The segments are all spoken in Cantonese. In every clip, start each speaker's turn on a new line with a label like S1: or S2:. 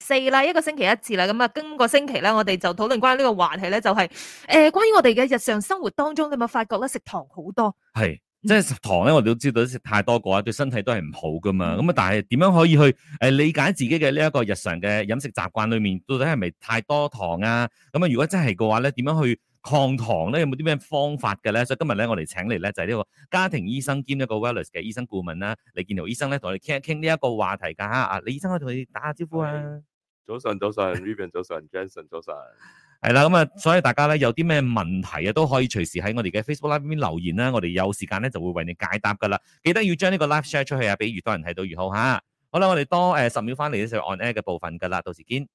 S1: 四啦，一個星期一次啦。咁啊，今個星期咧，我哋就討論關於呢個話題咧，就係、是、誒、呃、關於我哋嘅日常生活當中，你有冇發覺咧食糖好多？
S2: 係。即係食糖咧，我哋都知道食太多嘅話，對身體都係唔好噶嘛。咁啊，但係點樣可以去誒理解自己嘅呢一個日常嘅飲食習慣裏面，到底係咪太多糖啊？咁啊，如果真係嘅話咧，點樣去抗糖咧？有冇啲咩方法嘅咧？所以今日咧，我哋請嚟咧就係呢個家庭醫生兼一個 wellness 嘅醫生顧問啦，李健豪醫生咧，同我哋傾一傾呢一個話題㗎嚇。啊，李醫生可以同你打下招呼啊。
S3: 早晨，早晨 Vivian 早晨，Johnson 早晨。
S2: 係啦，咁啊，所以大家咧有啲咩問題啊，都可以隨時喺我哋嘅 Facebook Live 邊留言啦，我哋有時間咧就會為你解答噶啦。記得要將呢個 live share 出去啊，俾越多人睇到越好吓。好啦，我哋多誒十秒翻嚟咧就 on air 嘅部分噶啦，到時見。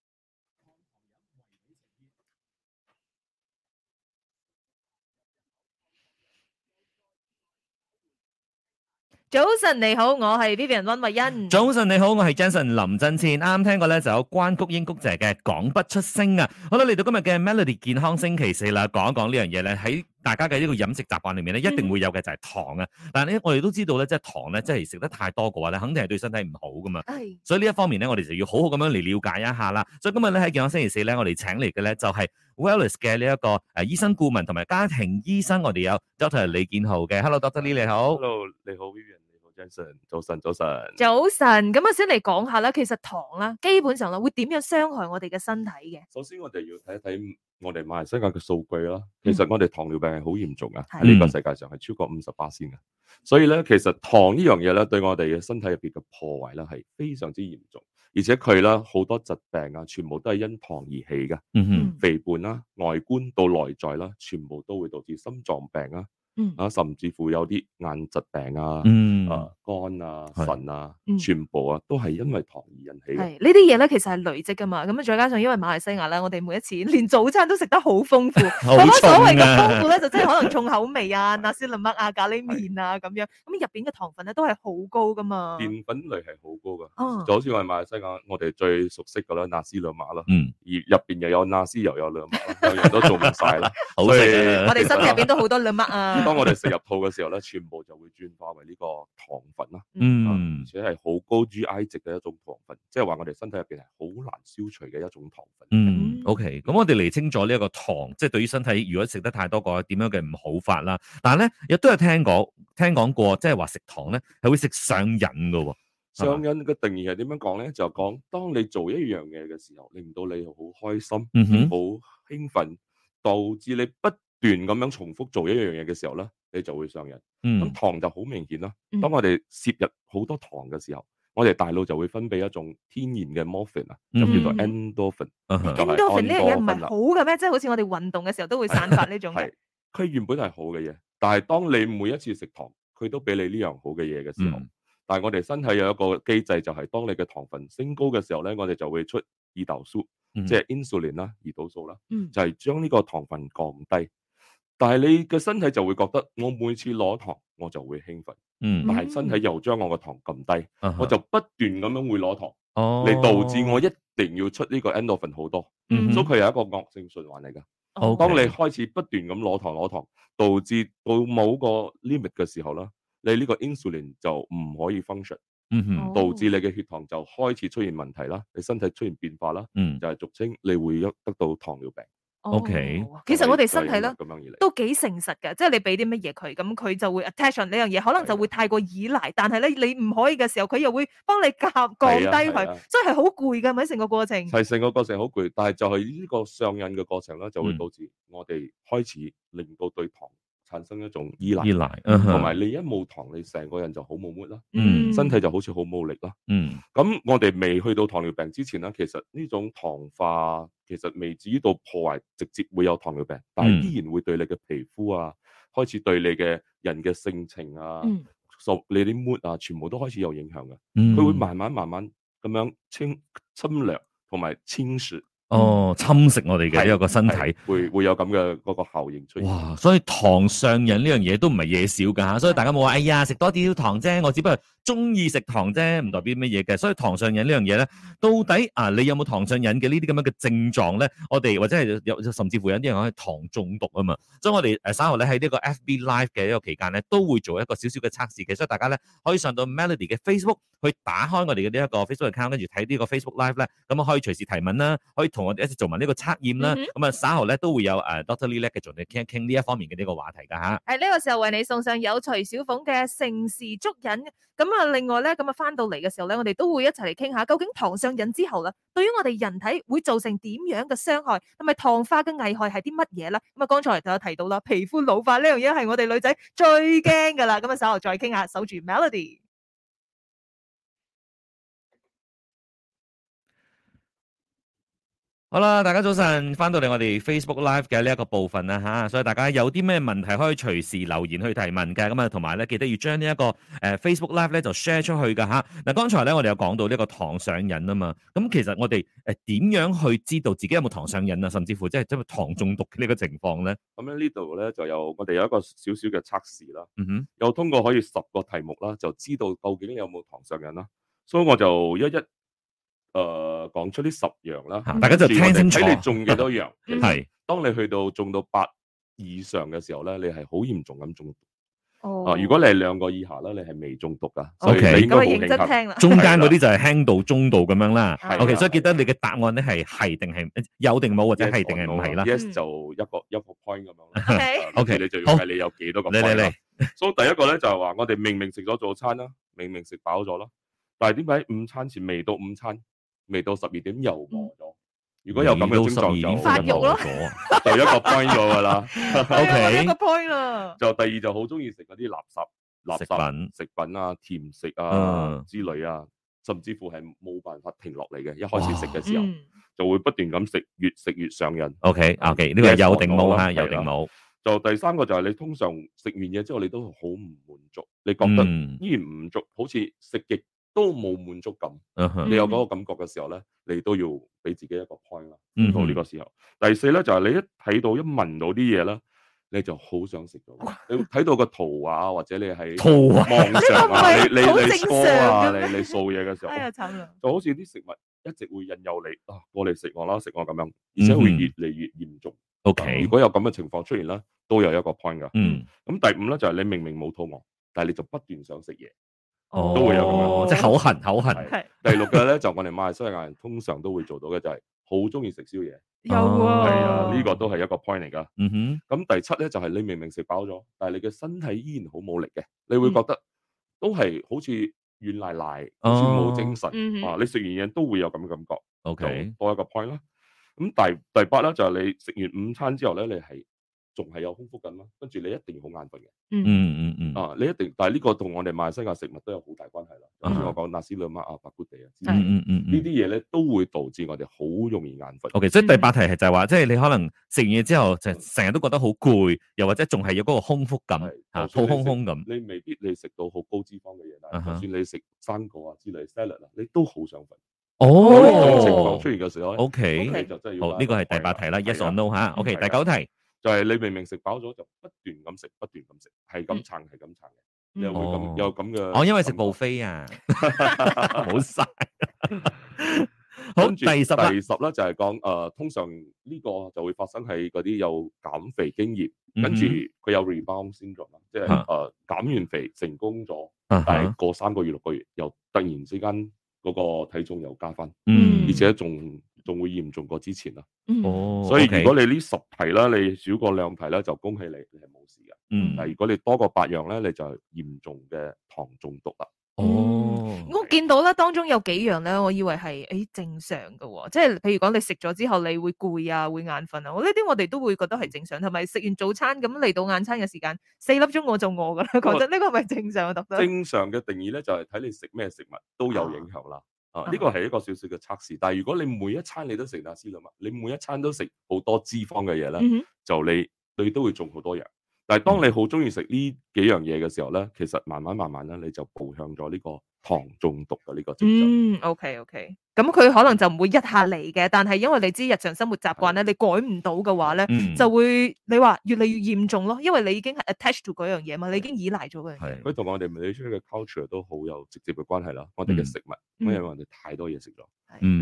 S1: 早晨你好，我係 Vivian 溫慧欣。
S2: 早晨你好，我係 Jason 林振前。啱聽過咧就有關菊英菊姐嘅講不出聲啊！好啦，嚟到今日嘅 Melody 健康星期四啦，講一講呢樣嘢咧喺大家嘅呢個飲食習慣裏面咧，一定會有嘅就係糖啊！但係咧，我哋都知道咧，即係糖咧，即係食得太多嘅話咧，肯定係對身體唔好噶嘛。
S1: 係
S2: 所以呢一方面咧，我哋就要好好咁樣嚟了解一下啦。所以今日咧喺健康星期四咧，我哋請嚟嘅咧就係 Wellness 嘅呢一個誒醫生顧問同埋家庭醫生，我哋有 Doctor 李健豪嘅。Hello Doctor Lee 你好。
S3: Hello，你好 Vivian，你好 Johnson，早晨，早晨。
S1: 早晨，咁啊先嚟講下啦，其實糖啦，基本上啦會點樣傷害我哋嘅身體嘅？
S3: 首先我哋要睇一睇我哋馬來西亞嘅數據啦。其
S1: 嗯
S3: 實我哋糖尿病係好嚴重啊，
S1: 係
S3: 喺呢個世界上係超過五十八先嘅。啊所以咧，其實糖呢樣嘢咧，對我哋嘅身體入邊嘅破壞咧係非常之嚴重，而且佢咧好多疾病啊，全部都係因糖而起嘅。
S2: 嗯哼，
S3: 肥胖啦、外觀到內在啦，全部都會導致心臟病啊，
S1: 嗯
S3: 啊，甚至乎有啲眼疾病啊、
S2: 嗯，
S3: 啊肝啊、
S2: 係
S3: 腎啊
S1: 嗯，
S3: 全部啊都係因為糖而引起
S1: 係嗯
S3: 嘅。
S1: 呢啲嘢咧，其實係累積噶嘛。咁啊，再加上因為馬來西亞咧，我哋每一次 連早餐都食得好豐富，
S2: 好
S1: 嗰所謂
S2: 重
S1: 嘅豐
S2: 啊
S1: 富！咧，就真係可能重口味啊、 那斯林麥啊、咖喱面啊咁樣。咁入邊嘅糖分咧都係好高噶
S2: 啊
S1: 嘛。
S3: 澱粉類係好高噶，
S1: 哦
S3: 就好似我哋馬來西亞，我哋最熟悉噶啦，納斯兩馬啦，
S2: 嗯，
S3: 而入邊又有納斯又有兩馬啦，兩樣都做唔晒 啦。
S2: 好食啊！
S1: 我哋身體入邊都好多粒麥啊。
S3: 當我哋食入肚嘅時候咧，全部就會轉化為呢個糖分啦，
S2: 嗯
S3: 而，且係好高 GI 值嘅一種糖分，即係話我哋身體入邊係好難消除嘅一種糖分。
S1: 嗯
S2: 嗯，OK，咁我哋厘清咗呢一個糖，即係對於身體，如果食得太多嘅話，點樣嘅唔好法啦。但係咧，亦都有聽講，聽講過，即係話食糖咧係會食上癮嘅喎。啊
S3: 上癮嘅定義係點樣講咧？就講當你做一樣嘢嘅時候，令到你好開心、
S2: 嗯哼，
S3: 好興奮，導致你不斷咁樣重複做一樣嘢嘅時候咧，你就會上癮。咁
S2: 嗯
S3: 糖就好明顯啦
S1: 嗯。
S3: 當我哋攝入好多糖嘅時候，我哋大腦就會分泌一種天然嘅 morphin 啊，
S2: 嗯
S3: 就叫做
S1: 嗯
S3: endorphin。
S2: 嗯哼
S3: 就係
S1: endorphin 呢樣嘢唔係
S3: 安多芬啦
S1: 好嘅咩？即係好似我哋運動嘅時候都會散發呢種嘅
S3: 係。佢原本係好嘅嘢，但係當你每一次食糖，佢都俾你呢樣好嘅嘢嘅時候，
S2: 嗯
S3: 但係我哋身體有一個機制，就係當你嘅糖分升高嘅時候咧，我哋就會出胰島素，
S2: 嗯
S3: 即係 insulin 啦、胰島素啦，
S1: 嗯
S3: 就係將呢個糖分降低。但係你嘅身體就會覺得，我每次攞糖我就會興奮，
S2: 嗯
S3: 但係身體又將我個糖撳低，
S2: 啊哈
S3: 我就不斷咁樣會攞糖，
S2: 哦
S3: 嚟導致我一定要出呢個 endorphin 好多，
S2: 嗯哼
S3: 所以佢係一個惡性循環嚟㗎。
S1: 哦
S3: 當你
S2: OK
S3: 開始不斷咁攞糖攞糖，導致到某個 limit 嘅時候啦，你呢個 insulin 就唔可以 function，
S2: 嗯哼
S1: 哦
S3: 導致你嘅血糖就開始出現問題啦，你身體出現變化啦，
S2: 嗯
S3: 就係俗稱你會一得到糖尿病。
S1: 哦
S2: OK
S1: 其實我哋身體
S3: 就係
S1: 咧
S3: 因為咁樣而嚟。
S1: 都幾誠實嘅，即係你俾啲乜嘢佢，咁佢就會 attach on 呢樣嘢，可能就會太過依賴。但係咧，你唔可以嘅時候，佢又會幫你夾降
S3: 係
S1: 低
S3: 啊
S1: 佢
S3: 係啊，
S1: 所以係好攰嘅，咪成個過程。
S3: 係成個過程好攰，但係就係呢個上癮嘅過程啦，就會
S2: 嗯
S3: 導致我哋開始令到對糖產生一種依賴
S2: 依，賴，嗯哼
S3: 同埋你一冇糖，你成個人就好冇 mood 啦，
S2: 嗯
S3: 身體就好似好冇力啦。
S2: 嗯
S3: 咁我哋未去到糖尿病之前咧，其實呢種糖化其實未至於到破壞，直接會有糖尿病，但係
S2: 嗯
S3: 依然會對你嘅皮膚啊，開始對你嘅人嘅性情啊，
S1: 嗯
S3: 受你啲 mood 啊，全部都開始有影響嘅。
S2: 嗯，
S3: 佢會慢慢慢慢咁樣侵侵略同埋侵蝕
S2: 哦，侵蝕我哋嘅
S3: 係
S2: 一個身體
S3: 係。會會有咁嘅嗰個效應出現。
S2: 哇！所以糖上癮呢樣嘢都唔係嘢少㗎吓，所以大家冇話哎呀食多啲糖啫，我只不過中意食糖啫，唔代表乜嘢嘅。所以糖上癮呢樣嘢咧，到底啊你有冇糖上癮嘅呢啲咁樣嘅症狀咧？我哋或者係有有甚至乎有啲人講係糖中毒啊嘛，所以我哋誒稍後咧喺呢個 FB Live 嘅一個期間咧，都會做一個少少嘅測試嘅，所以大家咧可以上到 Melody 嘅 Facebook 去打開我哋嘅呢一個 Facebook account，跟住睇呢個 Facebook Live 咧，咁啊可以隨時提問啦，可以同我哋一齊做埋呢個測驗啦。
S1: 嗯
S2: 咁啊、稍後咧都會有誒 Doctor Lee 咧繼續嚟傾一傾呢一方面嘅呢個話題㗎嚇。
S1: 誒呢個時候為你送上有徐小鳳嘅城市足印。咁啊，另外咧，咁啊翻到嚟嘅時候咧，我哋都會一齊嚟傾下，究竟糖上癮之後啦，對於我哋人體會造成點樣嘅傷害，同埋糖化嘅危害係啲乜嘢咧？咁啊，剛才就有提到啦，皮膚老化呢樣嘢係我哋女仔最驚噶啦。咁啊，稍後再傾下，守住 Melody。
S2: 好啦，大家早晨，翻到嚟我哋 Facebook Live 嘅呢一個部分啦吓，所以大家有啲咩問題可以隨時留言去提問嘅，咁啊同埋咧記得要將呢一個誒 Facebook Live 咧就 share 出去噶吓。嗱，剛才咧我哋有講到呢個糖上癮啊嘛，咁其實我哋誒點樣去知道自己有冇糖上癮啊，甚至乎即係即係糖中毒嘅呢個情況咧？
S3: 咁樣呢度咧就有我哋有一個少少嘅測試啦，
S2: 嗯哼，
S3: 又通過可以十個題目啦，就知道究竟你有冇糖上癮啦。所以我就一一誒講出呢十樣啦
S2: 嚇，大家就
S3: 跟住我哋
S2: 聽清楚
S3: 睇你中幾 多樣。
S1: 嗯
S2: 係
S3: 當你去到中到八以上嘅時候咧，你係好嚴重咁中毒。
S1: 哦
S3: 啊，如果你係兩個以下咧，你係未中毒噶，所
S2: OK
S3: 以你應該
S1: 咁啊，
S3: 冇
S1: 認
S3: 慶
S1: 真
S3: 幸。
S1: 聽啦。
S2: 中間嗰啲就係輕度、中度咁樣啦。
S1: 係
S2: OK，
S3: 啦
S2: 所以記得你嘅答案咧係係定係有定冇，或者
S3: Yes
S2: 係定係唔
S3: or
S2: 係
S3: no
S2: 啦。
S3: ？Yes
S1: 嗯
S3: 就一個一個 point 咁樣啦。
S1: OK
S3: 啊跟
S2: OK，
S3: 住你就要
S2: 好
S3: 睇你有幾多個
S2: 嚟
S3: point
S2: 嚟
S3: 啦
S2: 嚟，
S3: 所以第一個咧就係話，我哋明明食咗早餐啦，明明食飽咗啦，但係點解午餐前未到午餐，未到十二點又餓咗？如果有咁嘅症狀
S1: 發育咯
S3: 就就一個 point 咗㗎啦。
S1: 係啊
S2: OK
S1: 我有一個 point 啦。
S3: 就第二就好中意食嗰啲垃圾、垃圾
S2: 食
S3: 食品啊、甜食
S2: 嗯
S3: 啊之類啊，甚至乎係冇辦法停落嚟嘅。一開始食嘅時候
S1: 嗯，
S3: 就會不斷咁食，越食越上癮。
S2: OK OK，呢個係
S3: Yes
S2: 有定冇
S3: or no 啦
S2: 吓，有定冇。
S3: 就第三個就係你通常食完嘢之後，你都好唔滿足，你覺得
S2: 嗯，
S3: 依然唔足，好似食極都冇滿足感。
S2: 嗯哼
S3: 你有嗰個感覺嘅時候咧，你都要俾自己一個 point 啦。
S2: 嗯
S3: 到呢個時候，第四咧就係、你一睇到一聞到啲嘢咧，你就好想食到。你睇到個圖畫或者你喺
S2: 圖啊，
S3: 網上啊，
S1: 呢
S3: 你
S1: 個唔係好
S3: 你你
S1: 正常
S3: scroll 啊，
S1: 嘅咩
S3: 你你掃嘢嘅時候，
S1: 哎呀，慘啦。
S3: 就好似啲食物一直會引誘你啊，過嚟食我啦，食我咁樣，而且會
S2: 嗯
S3: 越嚟越嚴重。啊
S2: OK，
S3: 如果有咁嘅情況出現咧，都有一個 point 噶。
S2: 嗯，
S3: 咁第五咧就係、你明明冇肚餓，但係你就不斷想食嘢。
S2: 哦
S3: 都會有咁樣
S2: 即係口痕口痕，
S3: 係
S1: 係
S3: 第六個咧就我哋馬來西亞人通常都會做到嘅就係好中意食宵夜，
S1: 有
S2: 哦
S1: 喎。
S3: 係啊，呢個都係一個 point 嚟噶。
S2: 嗯哼，
S3: 咁第七咧就係、你明明食飽咗，但係你嘅身體依然好冇力嘅，你
S2: 嗯
S3: 會覺得都係好似軟賴賴，
S2: 哦
S3: 好似冇精神、
S1: 嗯
S3: 啊
S1: 哼。！
S3: 你食完嘢都會有咁嘅感覺，
S2: ，OK，
S3: 就多一個 point 啦。咁第第八咧就係、你食完午餐之後咧，你係仲係有空腹緊啦，跟住你一定好眼瞓嘅。
S2: 嗯嗯嗯，
S3: 啊，你一定，但係呢個同我哋馬來西亞食物都有好大關係啦。好似
S2: 啊
S3: 我講納斯兩媽啊、白骨地啊之類，
S1: 係
S3: 呢
S2: 嗯嗯嗯
S3: 啲
S2: 嗯。
S3: 嘢咧都會導致我哋好容易眼瞓。
S2: OK，所以第八題係就係話，即係你可能食完嘢之後就成日都覺得好攰，又或者仲係有嗰個空腹感
S3: 係
S2: 嚇，
S3: 就
S2: 肚
S3: 算你
S2: 空
S3: 食
S2: 空咁。
S3: 你未必你食到好高脂肪嘅嘢，但
S2: 啊哈
S3: 係就算你食生果啊之類 salad 啊，你都好想瞓。有呢種情況
S2: 哦
S3: 出現嘅時候咧，
S2: ，OK，
S3: 咁你就真係要
S2: 好，呢個係第八題啦，yes or no 吓，OK，
S3: 係啊
S2: 第九題，
S3: 就係你明明食飽咗就不斷咁食，不斷咁食，係咁撐係咁撐嘅，你又會
S2: 嗯哦
S3: 咁有咁嘅。
S2: 我因為食布菲 啊，冇晒。好，
S3: 跟住
S2: 第十嗯啦
S3: 第，十咧就係講誒，通常呢個就會發生喺嗰啲有減肥經驗。跟
S2: 嗯
S3: 住佢有 rebound syndrome 啦，即係
S2: 啊
S3: 誒減完肥成功咗，
S2: 嗯哼，
S3: 但係過三個月六個月又突然之間嗰個體重又加翻，
S2: 嗯
S3: 而且仲仲會嚴重過之前啦。
S1: 嗯
S2: 哦，
S3: 所以
S2: OK，
S3: 如果你呢十題啦，你少過兩題咧，就恭喜你，你係冇事嘅。
S2: 嗯
S3: 但係如果你多過八樣咧，你就係嚴重嘅糖中毒 啦。
S2: 哦，
S1: 我見到咧，當中有幾樣咧，我以為係誒正常嘅喎，即係譬如講你食咗之後，你會攰啊，會眼瞓啊，我呢啲我哋都會覺得係正常，同埋食完早餐咁嚟到晏餐嘅時間，四粒鐘我就餓噶啦， 講真，呢個係咪正常啊，特登？
S3: 正常嘅定義咧，就係睇你食咩食物都有影響啦。 啊，呢個係一個少少嘅測試。但係如果你每一餐你都食那斯兩物，你每一餐都食好多脂肪嘅嘢咧。
S1: 嗯
S3: 就你你都會中好多樣。
S2: 嗯
S3: 但係當你好中意食呢幾樣嘢嘅時候咧，其實慢慢慢慢咧，你就步向咗呢個糖中毒嘅呢個症狀。
S1: 嗯，OK OK，咁佢可能就唔會一下嚟嘅，但係因為你知日常生活習慣咧，你改唔到嘅話咧，
S2: 嗯
S1: 就會你話越嚟越嚴重咯，因為你已經係 attach to 嗰樣嘢嘛，你已經依賴咗嗰樣嘢。
S2: 係
S3: 佢同我哋 Malaysia 嘅 culture 都好有直接嘅關係啦。我哋嘅
S2: 嗯
S3: 食物，
S1: 嗯
S3: 因為我哋太多嘢食咗，有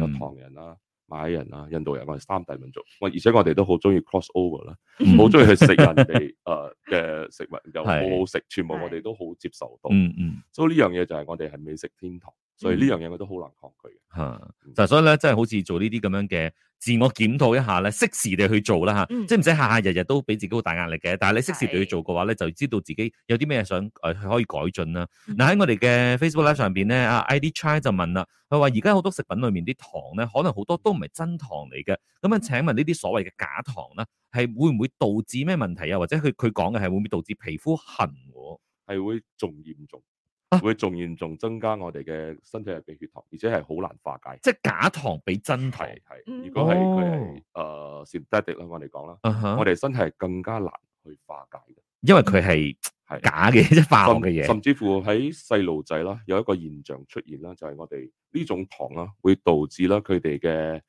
S2: 嗯
S3: 唐人啦、馬來人啦、印度人，我哋三大民族。我而且我哋都好中意 cross over 啦，
S2: 嗯
S3: 好中意去食人 哋誒嘅食物，又好
S2: 係
S3: 好食，全部我哋
S1: 係
S3: 都好接受到。
S2: 嗯嗯
S3: 所以呢樣嘢就係我哋係美食天堂，所以呢樣嘢我都好難抗拒嘅。
S2: 吓，
S3: 嗯
S2: 就所以咧，真係好似做呢啲咁樣嘅自我檢討一下咧，適時地去做啦吓，
S1: 嗯
S2: 即係唔使下下日日都俾自己好大壓力嘅。但係你適時地去做嘅話咧，就知道自己有啲咩想誒、呃可以改進啦。
S1: 嗯
S2: 嗱喺、我哋嘅 Facebook Live 上邊咧，啊 ID Try 就問啦，佢話而家好多食品裡面啲糖咧，可能好多都唔係真糖嚟嘅。咁啊，請問呢啲所謂嘅假糖咧，係會唔會導致咩問題啊？或者佢佢講嘅係會唔會導致皮膚痕喎？
S3: 係會仲嚴重
S2: 啊，
S3: 會仲嚴重增加我哋嘅身體入邊血糖，而且係好難化解。
S2: 即係假糖比真糖
S3: 係
S1: 嗯
S3: 係，如果係佢
S2: 哦
S3: 係誒 synthetic 啦，我哋講啦，
S2: 啊哈
S3: 我哋身體係更加難去化解嘅，
S2: 因為佢係
S3: 係
S2: 假嘅，即係化學
S3: 甚
S2: 嘅嘢。
S3: 甚至乎喺細路仔啦，有一個現象出現啦，就係、我哋呢種糖啦，會導致啦佢哋嘅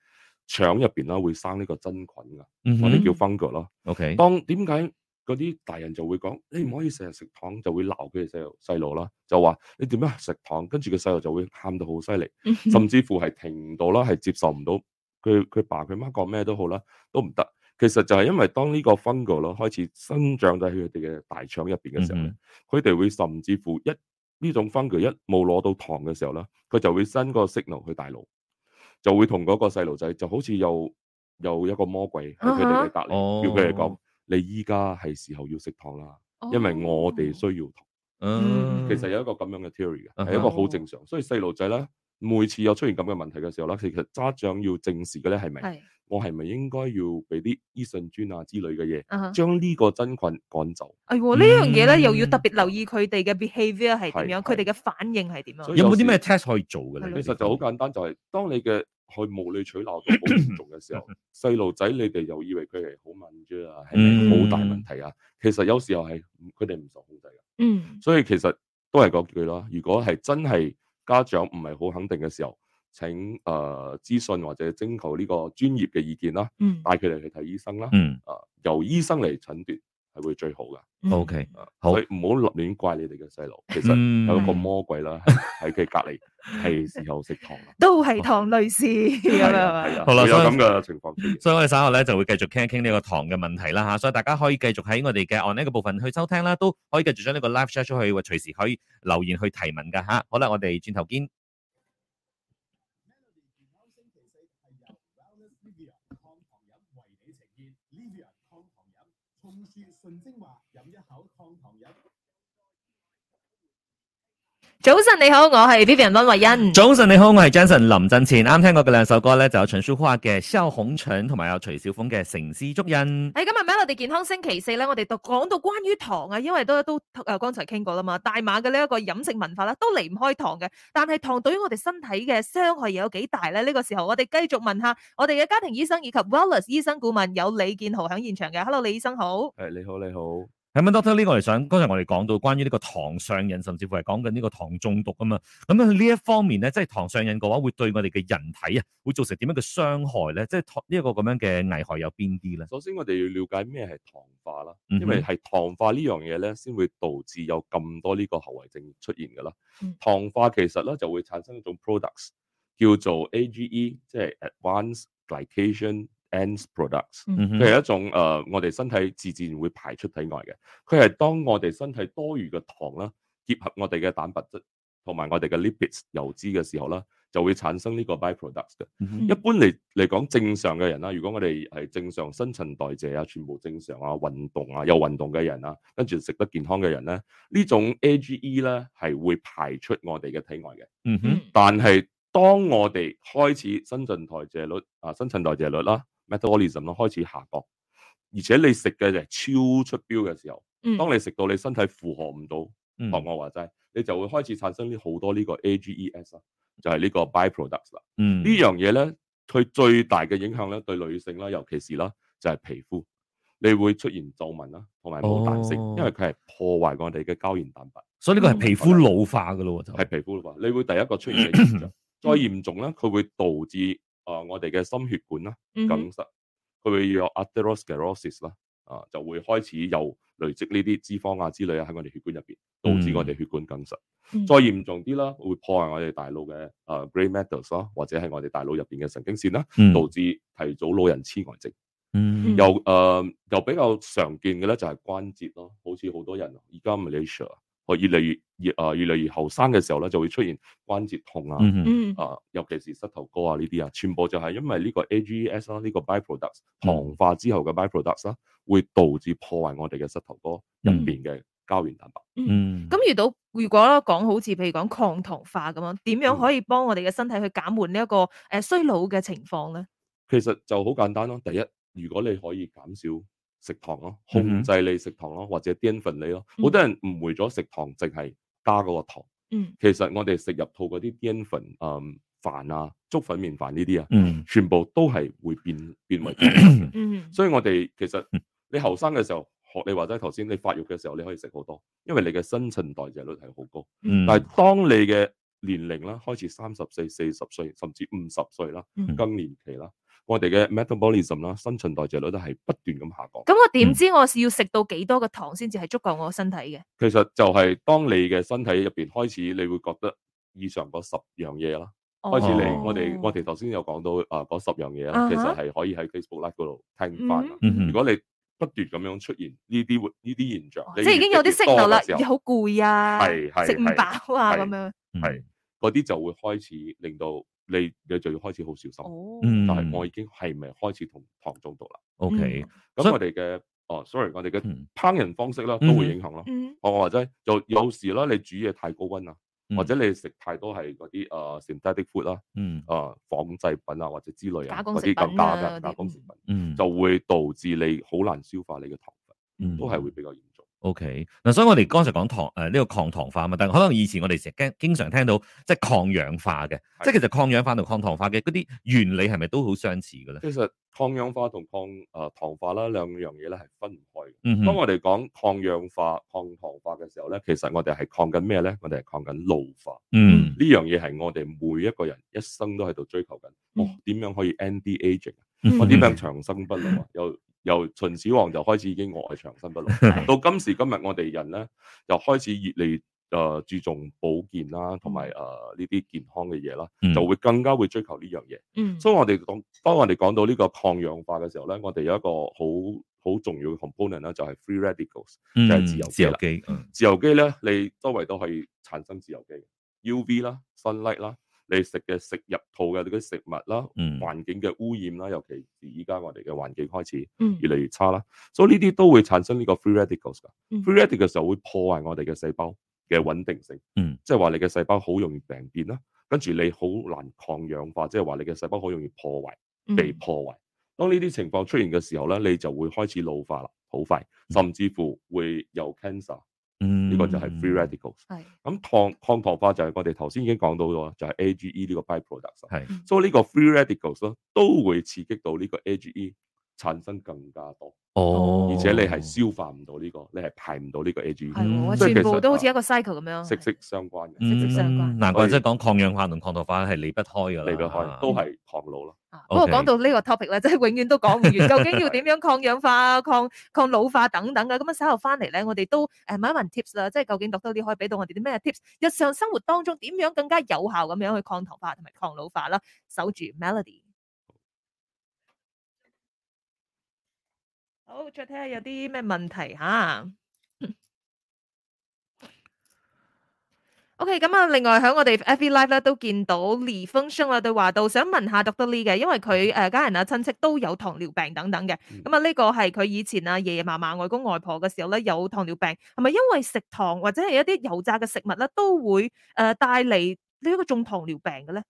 S3: 腸入邊啦會生呢個真菌噶，
S2: 嗯
S3: 我哋
S2: 哼
S3: 叫 fungal 啦。
S2: ，OK，
S3: 當點解嗰啲大人就會講你唔可以成日食糖，就會鬧佢哋細路細路啦，就話你點樣食糖，跟住個細路就會喊到好犀利，
S2: 嗯
S1: 嗯
S3: 甚至乎係停唔到啦，係接受唔到佢佢爸佢媽講咩都好啦，都唔得。其實就係因為當呢個 fungal 咯開始生長喺佢哋嘅大腸入邊嘅時候咧
S2: 嗯，
S3: 佢哋、會甚至乎一呢種 fungal 一冇攞到糖嘅時候咧，佢就會 send 個 signal 去大腦，就會同嗰個細路仔就好似有有一個魔鬼喺佢哋嘅隔離，
S2: 哦
S3: 叫佢哋講：你依家係時候要食糖啦，因為我
S2: 哦
S3: 哋需要糖。
S1: 嗯
S3: 其實有一個咁樣嘅 theory 嘅，
S2: 嗯
S3: 係一個好正常。所以細路仔咧，每次有出現咁嘅問題嘅時候咧，其實家長要正視嘅咧係咪
S1: 係
S3: 我係咪應該要俾啲益生菌啊之類嘅嘢，
S1: 啊哈，
S3: 將呢個真菌趕走？
S1: 係喎哎呢樣嘢咧又要
S2: 嗯
S1: 特別留意佢哋嘅 behaviour 係點樣，
S3: 係
S1: 佢哋嘅反應係點樣
S3: 所。以
S2: 有冇啲
S3: 有
S2: 咩
S3: 時
S2: test 可以做嘅咧？
S1: 係
S3: 其實就好簡單，就係、當你嘅去無理取鬧到好嚴重嘅時候，細路仔你哋又以為佢係好敏啫啊，係咪好大問題啊？其實有時候係佢哋唔受控制嘅，
S1: 嗯，
S3: 所以其實都係嗰句啦。如果係真係家長唔係好肯定嘅時候，請誒、呃、諮詢或者徵求呢個專業嘅意見啦，
S1: 嗯
S3: 帶佢哋去睇醫生啦，誒、
S2: 嗯
S3: 由醫生嚟診斷係會最好嘅。
S1: 嗯
S2: ，OK，
S3: 啊
S2: 好
S3: 所以唔好亂怪你哋嘅細路，其實
S2: 嗯
S3: 有一個魔鬼啦，喺喺佢隔離係時候食糖啦。
S1: 都係糖類似咁樣啊
S3: 係啊，
S2: 好啦
S3: 會有
S2: 所以
S3: 咁嘅情況出現。
S2: 所以我哋稍後咧就會繼續傾一傾呢個糖嘅問題啦吓，所以大家可以繼續喺我哋嘅 online 嘅部分去收聽啦，都可以繼續將呢個 live share 出去，或隨時可以留言去提問噶吓。好啦，我哋轉頭見。
S1: 早晨你好，我係 Vivian 温慧欣。
S2: 早晨你好，我係 Jason 林振前，啱聽過嘅兩首歌咧就有陳淑桦嘅《蕭紅塵》同埋有徐小鳳嘅《城市足印》。
S1: 喺哎今日 Melody 健康星期四咧，我哋就講到關於糖啊，因為都都誒剛才傾過啦嘛，大馬嘅呢一個飲食文化啦，都離唔開糖嘅。但係糖對於我哋身體嘅傷害又有幾大咧？呢、個時候我哋繼續問下我哋嘅家庭醫生以及 Wellness 醫生顧問有李建豪喺現場嘅。Hello，李醫生好。
S3: 係你好，你好。
S2: 咁啊，Doctor 呢個嚟想，剛才我哋講到關於呢個糖上癮，甚至乎係講緊呢個糖中毒啊嘛。咁啊呢一方面咧，即係糖上癮嘅話，會對我哋嘅人體啊，會造成點樣嘅傷害咧？即係糖呢一個咁樣嘅危害有邊啲咧？
S3: 首先我哋要了解咩係糖化啦，
S2: 嗯哼
S3: 因為係糖化呢樣嘢咧，先會導致有咁多呢個後遺症出現㗎啦
S1: 嗯。
S3: 糖化其實咧就會產生一種 products 叫做 AGE，即係 Advanced Glycation End Products。
S2: 嗯哼
S3: 佢係一種誒、呃我哋身體自自然會排出體外嘅。佢係當我哋身體多餘嘅糖啦，結合我哋嘅蛋白質同埋我哋嘅 lipids 油脂嘅時候啦，就會產生呢個 byproducts 嘅。
S2: 嗯哼
S3: 一般嚟嚟講，正常嘅人啦，啊如果我哋係正常新陳代謝啊，全部正常啊，運動啊，有運動嘅人啊，跟住食得健康嘅人咧，呢種 AGE 咧係會排出我哋嘅體外嘅。
S2: 嗯哼，
S3: 但係當我哋開始新陳代謝率啊，新陳代謝率啦，metabolism 啦開始下降，而且你食嘅就係超出標嘅時候，
S1: 嗯
S3: 當你食到你身體負荷唔到。
S2: 嗯
S3: 學我話齋，你就會開始產生呢好多呢個 AGEs 啦，啊就係呢個 byproducts 啦。
S2: 嗯
S3: 呢樣嘢咧，佢最大嘅影響咧對女性啦，尤其是啦就係皮膚。你會出現皺紋啦，同埋冇彈性，
S2: 哦
S3: 因為佢係破壞我哋嘅膠原蛋白，
S2: 所以呢個係皮膚老化噶咯喎，就
S3: 係皮膚嘅話，你會第一個出現嘅現
S2: 嗯
S3: 象。再嚴重咧，佢會導致啊、呃我哋嘅心血管啦
S1: 嗯哼
S3: 梗塞，佢會有 atherosclerosis 啦，啊就會開始有累積呢啲脂肪啊之類啊喺我哋血管入邊，導致我哋血管梗塞。
S1: 嗯
S3: 再嚴重啲啦，會破壞我哋大腦嘅啊 grey matters 啦，或者係我哋大腦入邊嘅神經線啦，
S2: 嗯
S3: 導致提早老人痴呆症。
S2: 嗯
S3: 又誒、呃又比較常見嘅咧就係關節咯，好似好多人而家 Malaysia 哦越嚟越越啊越嚟越後生嘅時候咧就會出現關節痛啊。
S2: 嗯
S1: 嗯
S3: 啊，尤其是膝頭哥啊呢啲啊，全部就係因為呢個 AGEs 啦，呢個 byproducts
S2: 嗯
S3: 糖化之後嘅 byproducts 啦，會導致破壞我哋嘅膝頭哥入邊嘅膠原蛋白。
S2: 嗯，
S1: 咁遇到如果咧講好似譬如講抗糖化咁樣，點樣
S3: 嗯
S1: 可以幫我哋嘅身體去減緩呢一個誒衰老嘅情況咧？
S3: 其實就好簡單咯，第一，如果你可以減少食糖咯，
S2: 嗯哼
S3: 控制你食糖咯，或者澱粉你咯，
S1: 嗯
S3: 好多人誤會咗食糖淨係加嗰個糖，
S1: 嗯
S3: 其實我哋食入肚嗰啲澱粉嗯飯啊、粥粉麵飯呢啲啊，
S2: 嗯
S3: 全部都係會變變為澱粉嘅。
S1: 嗯
S3: 所以我哋其實
S2: 嗯
S3: 你後生嘅時候，學你話齋頭先，你發育嘅時候你可以食好多，因為你嘅新陳代謝率係好高。
S2: 嗯，
S3: 但係當你嘅年齡啦，開始三十四、四十歲，甚至五十歲啦
S1: 嗯，
S3: 更年期啦，我哋嘅 metabolism 啦，新陳代謝率都係不斷咁下降。
S1: 咁我點
S2: 嗯
S1: 知我是要食到幾多嘅糖先至係足夠我身體嘅？
S3: 其實就係當你嘅身體入邊開始，你會覺得以上嗰十樣嘢啦，開始你
S1: 哦
S3: 我哋我哋頭先有講到啊嗰十樣嘢啦，
S1: 啊哈
S3: 其實係可以喺 Facebook Live 嗰度聽翻啦。
S2: 嗯
S3: 如果啊你不斷咁樣出現呢啲活呢啲現象
S1: 哦，
S3: 你
S1: 即係已經有啲
S3: 越
S1: signal
S3: 嚟越多
S1: 啦
S3: 嘅時，候
S1: 好攰啊，
S3: 係係
S1: 食唔
S3: 係
S1: 飽啊
S3: 係
S1: 咁樣。
S2: 嗯
S3: 係嗰啲就會開始令到你你就要開始好小心，
S1: 哦，
S2: 嗯，
S3: 就係我已經係咪開始同糖中毒啦？
S2: O K，所
S3: 咁
S2: 以
S3: 我哋嘅哦，sorry，我哋嘅
S2: 嗯
S3: 烹飪方式啦都會影響咯。
S1: 嗯
S3: 我話齋就有時啦，你煮嘢太高温啊，
S2: 嗯
S3: 或者你食太多係嗰啲誒 synthetic food 啦、
S2: 嗯
S3: 誒仿製品啊或者之類啊
S1: 加工
S3: 嗰啲
S1: 食
S3: 咁
S1: 品
S3: 加
S1: 啊
S3: 嘅
S1: 嗰啲
S3: 加工食品，
S2: 嗯
S3: 就會導致你好難消化你嘅糖分，
S2: 嗯
S3: 都係會比較嚴重。
S2: O K，嗱，所以我哋剛才講糖誒呢個抗糖化啊嘛，但係可能以前我哋成日經經常聽到即係抗氧化嘅，即係其實抗氧化同抗糖化嘅嗰啲原理係咪都好相似嘅咧？
S3: 其實抗氧化同抗誒、呃糖化啦兩樣嘢咧係分唔開嘅。
S2: 嗯
S3: 當
S2: 哼，
S3: 我哋講抗氧化、抗糖化嘅時候咧，其實我哋係抗緊咩咧？我哋係抗緊老化
S2: 嗯
S3: 呢樣嘢，係我哋每一個人一生都喺度追求緊。
S1: 嗯
S3: 哦，點樣可以 anti aging？
S1: 嗯
S3: 我點樣長生不老啊？由由秦始皇就開始已經我係長生不老，
S2: 嗯
S1: 嗯
S3: 到今時今日我哋人咧又開始越嚟越誒注重保健
S1: 嗯
S3: 啦，同埋誒呢啲健康嘅嘢啦，
S2: 嗯
S3: 就會更加會追求呢樣嘢。
S1: 嗯
S3: 所以我哋講，當我哋講到呢個抗氧化嘅時候咧，我哋有一個好好重要嘅 component 啦，就係 free radicals。
S2: 嗯
S3: 就係自由基
S2: 自由
S3: 啦
S2: 基，嗯
S3: 自由基咧，你周圍都可以產生自由基嘅 UV 啦、sunlight 啦，你食嘅食入肚嘅嗰啲食物啦，
S2: 嗯
S3: 環境嘅污染啦，尤其是依家我哋嘅環境開始
S1: 嗯
S3: 越嚟越差啦，所以呢啲都會產生呢個 free radicals 噶。
S1: 嗯
S3: free radicals 就會破壞我哋嘅細胞嘅穩定性，
S2: 嗯，
S3: 即係話你嘅細胞好容易病變啦，跟住你好難抗氧化，即係話你嘅細胞好容易破壞。
S1: 嗯
S3: 被破壞。當呢啲情況出現嘅時候咧，你就會開始老化啦，好快，甚至乎會有 cancer。
S2: 嗯
S3: 呢個就係 free radicals。
S1: 係
S3: 咁糖抗糖化就係我哋頭先已經講到咗，就係 AGE 呢個 byproducts 啦。
S2: 係
S1: 嗯
S3: 所以呢個 free radicals 咧都會刺激到呢個 AGE 產生更加多，
S2: 哦，
S3: 而且你係消化唔到呢個，你係排唔到呢個 AGE，
S1: 係喎，
S3: 所以
S1: 全
S3: 其
S1: 部
S3: 實
S1: 都好
S3: 啊
S1: 似一個 cycle 咁樣。
S3: 息息相關嘅，
S1: 息息相關
S2: 嗯難怪即係講抗氧化同抗糖化係離不開㗎啦，啊
S3: 離不開，都係抗老啦。
S1: 啊不過
S2: OK
S1: 講到呢 個 topic 咧，真係永遠都講唔完，究竟要點樣抗氧化啊、抗抗老化等等嘅。咁啊，稍後翻嚟咧，我哋都誒問一問 tips 啦，即係究竟 Dr. Lee 可以俾到我哋啲咩 tips？日常生活當中點樣更加有效咁樣去抗糖化同埋抗老化啦？守住 Melody。好，再睇下有啲咩問題吓。O.K. 咁啊，另外喺我哋 FB Live 咧都見到李峰生啦，對話到想問下 Dr. Lee 嘅，因為佢誒家人啊親戚都有糖尿病等等嘅，
S3: 嗯
S1: 咁啊呢個係佢以前啊爺爺嫲嫲、外公外婆嘅時候咧有糖尿病，係咪因為食糖或者係一啲油炸嘅食物咧都會誒帶嚟呢一個中糖尿病嘅咧？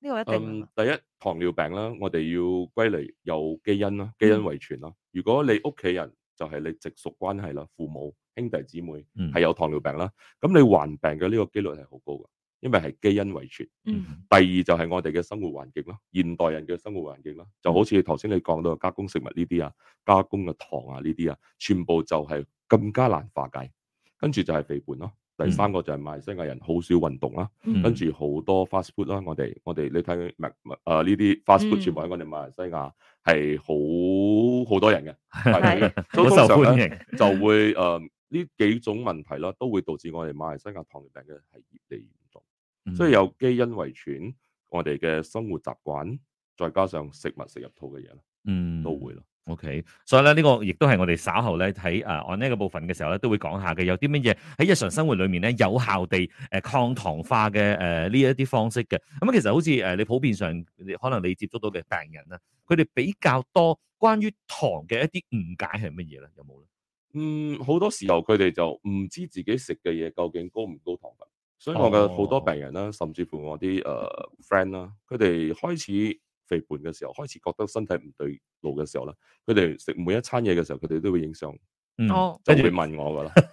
S1: 呢、個一定係
S3: 嗯
S1: 嘛，
S3: 第一糖尿病啦，我哋要歸類有基因啦，基因
S1: 嗯
S3: 遺傳啦。如果你屋企人就係你直屬關係啦，父母、兄弟姊妹啊
S2: 嗯
S3: 係有糖尿病啦，咁你患病嘅呢個機率係好高嘅。因為係基因遺傳。
S1: 嗯
S3: 第二就係我哋嘅生活環境咯，現代人嘅生活環境咯，就好似頭先你講到嘅加工食物呢啲啊、加工嘅糖啊呢啲啊，全部就係更加難化解。跟住就係肥胖咯，第三
S2: 嗯
S3: 個就係馬來西亞人好少運動啦，
S1: 嗯
S3: 跟住好多 fast food 啦，我哋我哋你睇麥麥啊呢啲 fast
S1: 嗯
S3: food 全部喺我哋馬來西亞係好好多人嘅，係咪
S1: 係
S3: 所以
S2: 嗯好
S3: 通
S2: 受
S3: 常呢啊
S2: 歡迎。
S3: 就會誒呃呢、幾種問題啦，都會導致我哋馬來西亞糖尿病嘅係越嚟越嚴重。
S2: 嗯
S3: 所以有基因遺傳，我哋嘅生活習慣，再加上食物食入肚嘅嘢啦，
S2: 嗯
S3: 都會。咯。
S2: O、k 所以咧呢、呢個亦都係我哋稍後咧睇誒按呢個部分嘅時候咧，都會講下嘅，有啲乜嘢喺日常生活裏面咧有效地誒、呃抗糖化嘅誒呢一啲方式嘅。咁、其實好似誒、呃你普遍上你可能你接觸到嘅病人啦，啊佢哋比較多關於糖嘅一啲誤解係乜嘢咧？有冇咧？
S3: 嗯，好多時候佢哋就唔知自己食嘅嘢究竟高唔高糖分，所以我
S2: 哦
S3: 嘅好多病人啦，甚至乎我啲誒、呃 friend 啦，佢哋開始肥胖嘅時候，開始覺得身體唔對路嘅時候咧，佢哋食每一餐嘢嘅時候，佢哋都會影相，
S2: 嗯，
S1: 哦
S3: 就
S2: 跟住
S3: 會問我 噶啦。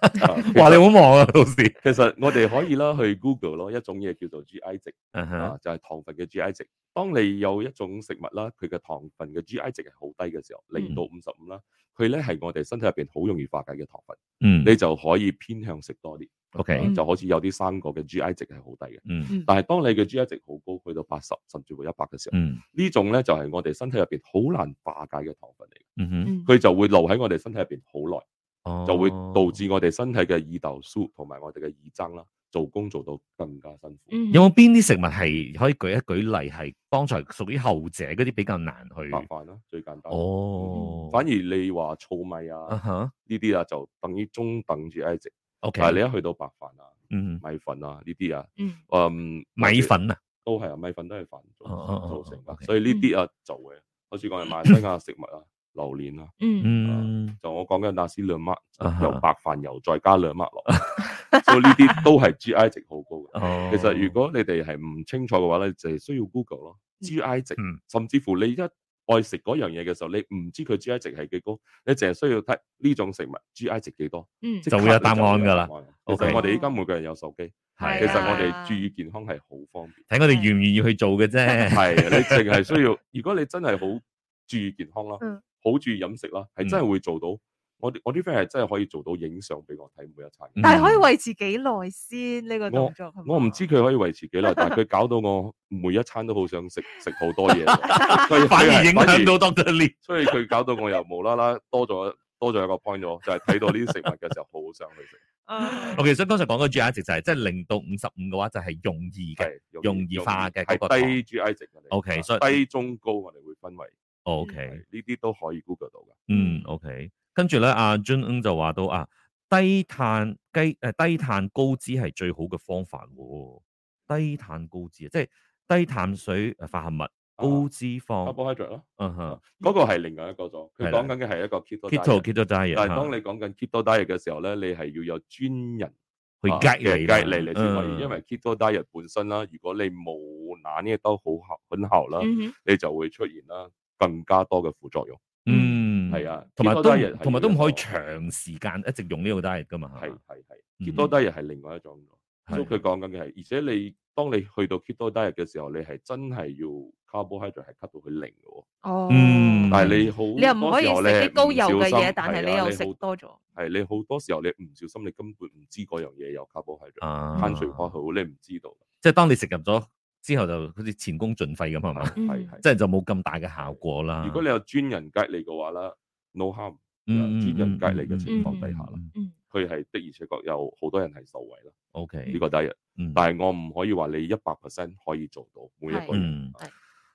S3: 啊其
S2: 哇！你
S3: 實
S2: 好忙啊，到時。
S3: 其實我哋可以啦，去 Google 咯，一種嘢叫做 GI 值。
S2: 嗯哼
S3: 啊，就係糖分嘅 GI 值。當你有一種食物啦，佢嘅糖分嘅 GI 值係好低嘅時候，
S2: 嗯
S3: 零到五十五啦，佢咧係我哋身體入邊好容易化解嘅糖分，
S2: 嗯
S3: 你就可以偏向食多啲，
S2: ，O
S3: 啊
S2: K，
S3: 就好似有啲生果嘅 GI 值係好低嘅。
S2: 嗯
S3: 但係當你嘅 GI 值好高，去到八十甚至乎一百嘅時候，
S2: 嗯
S3: 呢種咧就係我哋身體入邊好難化解嘅糖分嚟嘅，
S2: 嗯哼，
S1: 嗯
S3: 佢就會留喺我哋身體入邊好耐。
S2: 哦
S3: 就會導致我哋身體嘅胰島素同埋我哋嘅胰臟啦，做工做到更加辛苦。
S1: 嗯
S2: 有冇邊啲食物係可以舉一舉例係剛才屬於後者嗰啲比較難去？
S3: 白飯啦，最簡單。
S2: 哦，
S3: 反而你話糙米
S2: 啊
S3: 啊
S2: 哈
S3: 呢啲啊，就等於中等 GI 值。
S2: ，O K，
S3: 但係你一去到白飯啊、
S2: 嗯
S3: 米粉啊呢啲啊，
S1: 嗯
S3: 嗯，
S2: 米粉啊，
S3: 都係啊，米粉都係飯做
S2: 哦哦哦哦
S3: 造成㗎，
S2: OK
S3: 所以呢啲啊就會，好似我哋馬來西亞食物啊，榴蓮啊，
S1: 嗯
S2: 嗯，
S3: 就我講緊那斯兩麥
S2: 啊哈
S3: 由白飯油再加兩麥落，所以呢啲都係 GI 值好高嘅。
S2: 哦
S3: 其實如果你哋係唔清楚嘅話咧，就係需要 Google 咯
S1: 嗯
S3: ，GI 值
S2: 嗯，
S3: 甚至乎你一愛食嗰樣嘢嘅時候，你唔知佢 GI 值係幾高，你淨係需要睇呢種食物 GI 值幾多，
S1: 嗯
S3: 即
S2: 就會
S3: 刻
S2: 有
S3: 你
S2: 答案
S3: 會
S2: 㗎
S3: 有
S2: 啦
S3: 答案。其
S2: OK
S3: 實我哋依家每個人有手機，
S1: 係
S3: 其實
S1: 啊
S3: 我哋注意健康係好方便。
S2: 睇我哋願唔願意去做嘅啫。
S3: 係啊你淨係 需要，如果你真係好注意健康啦
S1: 嗯，
S3: 好注意飲食啦，係
S2: 嗯
S3: 真係會做到。我哋我啲 friend 係真係可以做到影相俾我睇每一餐嘅。
S2: 嗯
S1: 但係可以維持幾耐先呢個動作？係嘛
S3: 我唔知佢可以維持幾耐，但係佢搞到我每一餐都好想食 食好多 嘢喎，所以
S2: 反
S3: 佢
S2: 而
S3: 係
S2: 影響到 Doctor Lee。
S3: 所以佢搞到我又無啦啦多咗多咗一個 point 咗，就係睇到呢啲食物嘅時候好想去食，
S1: 啊
S2: O K，所以剛才講個 GI 值就係即係零到五十五嘅話就係容易嘅。
S3: 係
S2: 容易化嘅嗰個糖
S3: 係低 GI 值嘅。
S2: OK，所以
S3: 啊
S2: 嗯
S3: 低中高我哋會分為
S2: O
S3: 係
S2: K，
S3: 呢啲都可以 Google 到嘅。
S2: 嗯，O K，跟住咧，阿 Jun Ng 就話到啊，低碳雞誒低碳高脂係最好嘅方法喎。低碳高脂啊即係低碳水誒化合物、高脂
S3: 啊
S2: 肪，
S3: carbohydrate 咯，
S2: 嗯哼
S3: 嗰個係另外一個咗。佢
S2: 係啦
S3: 講緊嘅係一個 keto
S2: ，keto
S3: diet。
S2: keto diet 啊
S3: 但係當
S2: 嚇
S3: 你講緊 keto diet 嘅時候咧，你係要有專人。
S2: 去
S3: 啊
S2: guide
S3: 嘅
S2: 你啦
S3: guide 你你先可
S2: 嗯
S3: 以，因為 keto diet 本身啦，如果你冇拿呢都好效很效啦，
S1: 嗯
S3: 你就會出現啦更加多嘅副作用。
S2: 嗯，
S3: 係啊
S2: 同埋
S3: 呢
S2: 都
S3: 個 diet
S2: 唔
S3: 係
S2: 同埋都唔可以
S3: 一個
S2: 長時間一直用呢個 diet 噶嘛，
S3: 係
S2: 嘛
S3: 係
S2: 嗯
S3: 係，keto diet 係另外一種
S2: 係
S3: 咯。所以佢講緊嘅係，而且你當你去到 keto diet 嘅時候，你係真係要 carbohydrate 係 cut 到去零嘅喎。
S1: 哼，哦，
S2: 嗯
S3: 但係你好，
S1: 你又唔可以
S3: 多時候你係
S1: 食啲高
S3: 唔
S1: 油嘅
S3: 小
S1: 嘢
S3: 心，
S1: 但係
S3: 係
S1: 你
S3: 啊
S1: 又
S3: 好
S1: 食多咗，
S3: 係你好多時候你唔小心，你根本唔知嗰樣嘢有 carbohydrate，
S2: 啊，
S3: 碳水化合物你唔知道。
S2: 即係當你食入咗之後，就好似前功盡廢咁係嘛，
S1: 嗯
S3: 係係。
S2: 即係就冇咁大嘅效果啦。
S3: 如果你有專人 guide 你嘅話咧，no harm。專
S2: 嗯
S3: 人隔離嘅情況底下啦
S1: 嗯
S3: 佢係的而且確有好多人係受惠啦，
S2: O K，
S3: 呢個第一。
S2: 嗯
S3: 但係我唔可以話你一百 percent 可以做到每一個
S2: 嗯
S3: 人。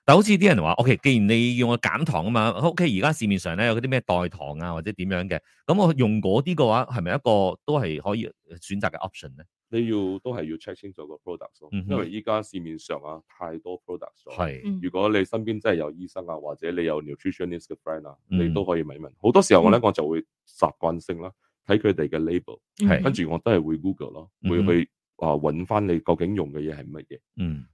S2: 但好似啲人話，O K，既然你要我減糖啊嘛，O K，而家市面上咧有嗰啲咩代糖啊或者點樣嘅，咁我用嗰啲嘅話，係咪一個都係可以呃選擇嘅 option 咧？
S3: 你要都係要 check 清楚個 product 咯，
S2: 嗯哼
S3: 因為依家市面上啊太多 product 咗。
S2: 係，
S1: 嗯
S3: 如果你身邊真係有醫生啊，或者你有 nutritionist 嘅 friend 啊，
S2: 嗯
S3: 你都可以問一問。好多時候我咧
S1: 嗯
S3: 我就會習慣性啦，睇佢哋嘅 label，
S2: 係
S3: 跟住我都係會 Google 咯，會
S2: 嗯
S3: 去啊揾翻你究竟用嘅嘢係乜嘢。
S2: 嗯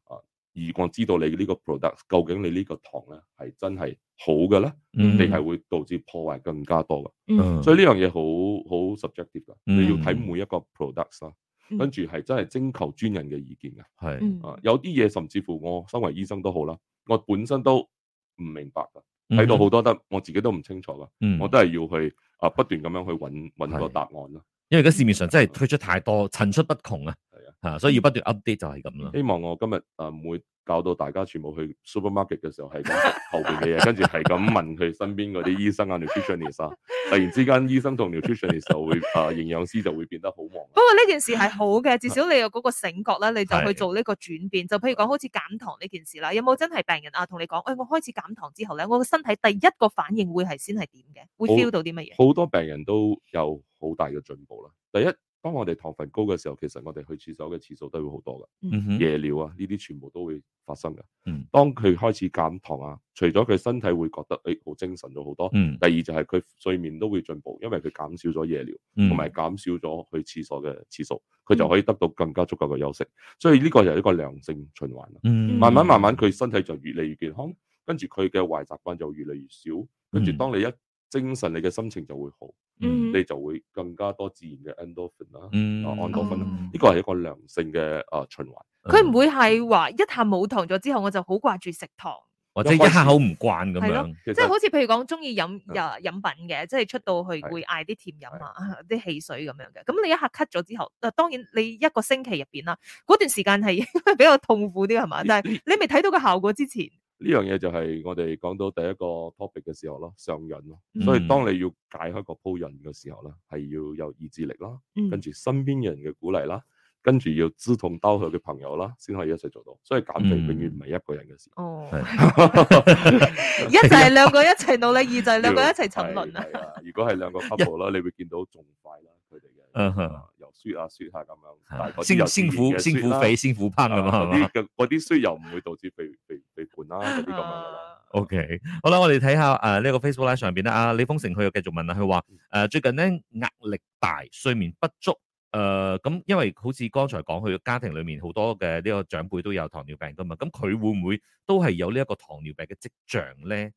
S3: 而我知道你呢個 product 究竟你呢個糖咧係真係好嘅咧，
S2: 嗯
S3: 定係會導致破壞更加多嘅。
S1: 嗯
S3: 所以呢樣嘢好好 subjective 噶，你要睇
S2: 嗯
S3: 每一個 products 啦，
S1: 嗯
S3: 跟住係真係徵求專人嘅意見嘅。
S2: 係
S1: 嗯
S3: 啊，有啲嘢甚至乎我身為醫生都好啦，我本身都唔明白㗎，睇到好，多得我自己都唔清楚㗎，
S2: 嗯
S3: 我都係要去啊不斷咁樣去揾揾個
S2: 係
S3: 答案啦。
S2: 因為而家市面上真係推出太多，層出不窮啊，
S3: 係啊
S2: 吓，所以要不斷 update 就係咁啦。
S3: 希望我今日啊唔會教到大家全部去 supermarket 嘅時候係咁後邊 嘅嘢，跟住係咁問佢身邊嗰啲醫生啊 nutritionist 啊，突然之間醫生同 nutritionist 就會啊營養師就會變得好忙
S1: 不
S3: 啊。
S1: 過呢件事係好嘅，至少你有嗰個醒覺啦，你就去
S2: 係
S1: 做呢個轉變。就譬如講，好似減糖呢件事啦，有冇真係病人啊同你講，誒、我開始減糖之後咧，我個身體第一個反應會係先係點嘅，會
S3: 好
S1: feel 到啲乜嘢？
S3: 好多病人都有好大嘅進步啦。第一，當我哋糖分高嘅時候，其實我哋去廁所嘅次數都會好多㗎。
S2: 嗯哼，
S3: 夜尿啊，呢啲全部都會發生嘅。
S2: 嗯
S3: 當佢開始減糖啊，除咗佢身體會覺得誒好、精神咗好多，
S2: 嗯
S3: 第二就係佢睡眠都會進步，因為佢減少咗夜尿，
S2: 嗯
S3: 同埋減少咗去廁所嘅次數，佢
S1: 嗯
S3: 就可以得到更加足夠嘅休息。所以呢個就係一個良性循環啦。
S2: 嗯
S3: 慢慢慢慢，佢身體就越嚟越健康，跟住佢嘅壞習慣就越嚟越少，跟住
S2: 嗯
S3: 當你一精神，你嘅心情就會好，
S1: 嗯
S3: 你就會更加多自然嘅 endorphin 啦。
S2: 嗯
S3: 啊安多芬
S1: 咯
S3: 呢個係一個良性嘅啊循環。
S1: 哦佢唔會係話一下冇糖咗之後，我就好掛住食糖，
S2: 或者一下口唔慣咁
S1: 係咯
S2: 樣，
S3: 其
S1: 即
S3: 實
S1: 係好似譬如講中意飲
S3: 嗯
S1: 呀飲品嘅，即係出到去
S3: 係
S1: 會嗌啲甜飲啊、 啲汽水咁樣嘅。咁你一下咳咗之後，嗱當然你一個星期入邊啦，嗰段時間係應該比較痛苦啲係嘛？但係你未睇到個效果之前，
S3: 呢樣嘢就係我哋講到第一個 topic 嘅時候咯，上癮咯。
S1: 嗯
S3: 所以當你要解開個鋪癮嘅時候咧，係要有意志力啦，
S1: 嗯
S3: 跟住身邊人嘅鼓勵啦，跟住要志同道合嘅朋友啦，先可以一齊做到。所以減肥
S2: 嗯
S3: 永遠唔係一個人嘅事。
S1: 哦，
S3: 係
S1: 一就係兩個一齊努力，二就係兩個一齊沉淪啊！
S3: 係啊！如果係兩個 couple 啦，你會見到仲快啦，佢哋
S2: 嗯
S3: 嘅
S2: 哼
S3: 啊由雪啊雪下咁樣，但係嗰
S2: 係
S3: 啲
S2: 先
S3: 又
S2: 先苦
S3: 自
S2: 先
S3: 然嘅
S2: 苦
S3: sweet 啦
S2: 肥先苦烹咁啊，係
S3: 啊嗰
S2: 嘛
S3: 啲？嘅嗰啲衰又唔會導致肥肥肥胖啦，嗰啲咁樣噶啦。
S1: 啊
S2: O、k 好啦，我哋睇下诶呢個 Facebook Live 上边咧，阿李豐盛佢又繼續問啦，佢話诶最近咧壓力大，睡眠不足，诶、咁因為好似剛才講，佢家庭裏面好多嘅呢個長輩都有糖尿病噶嘛，咁佢會唔會都係有呢一個糖尿病嘅跡象咧？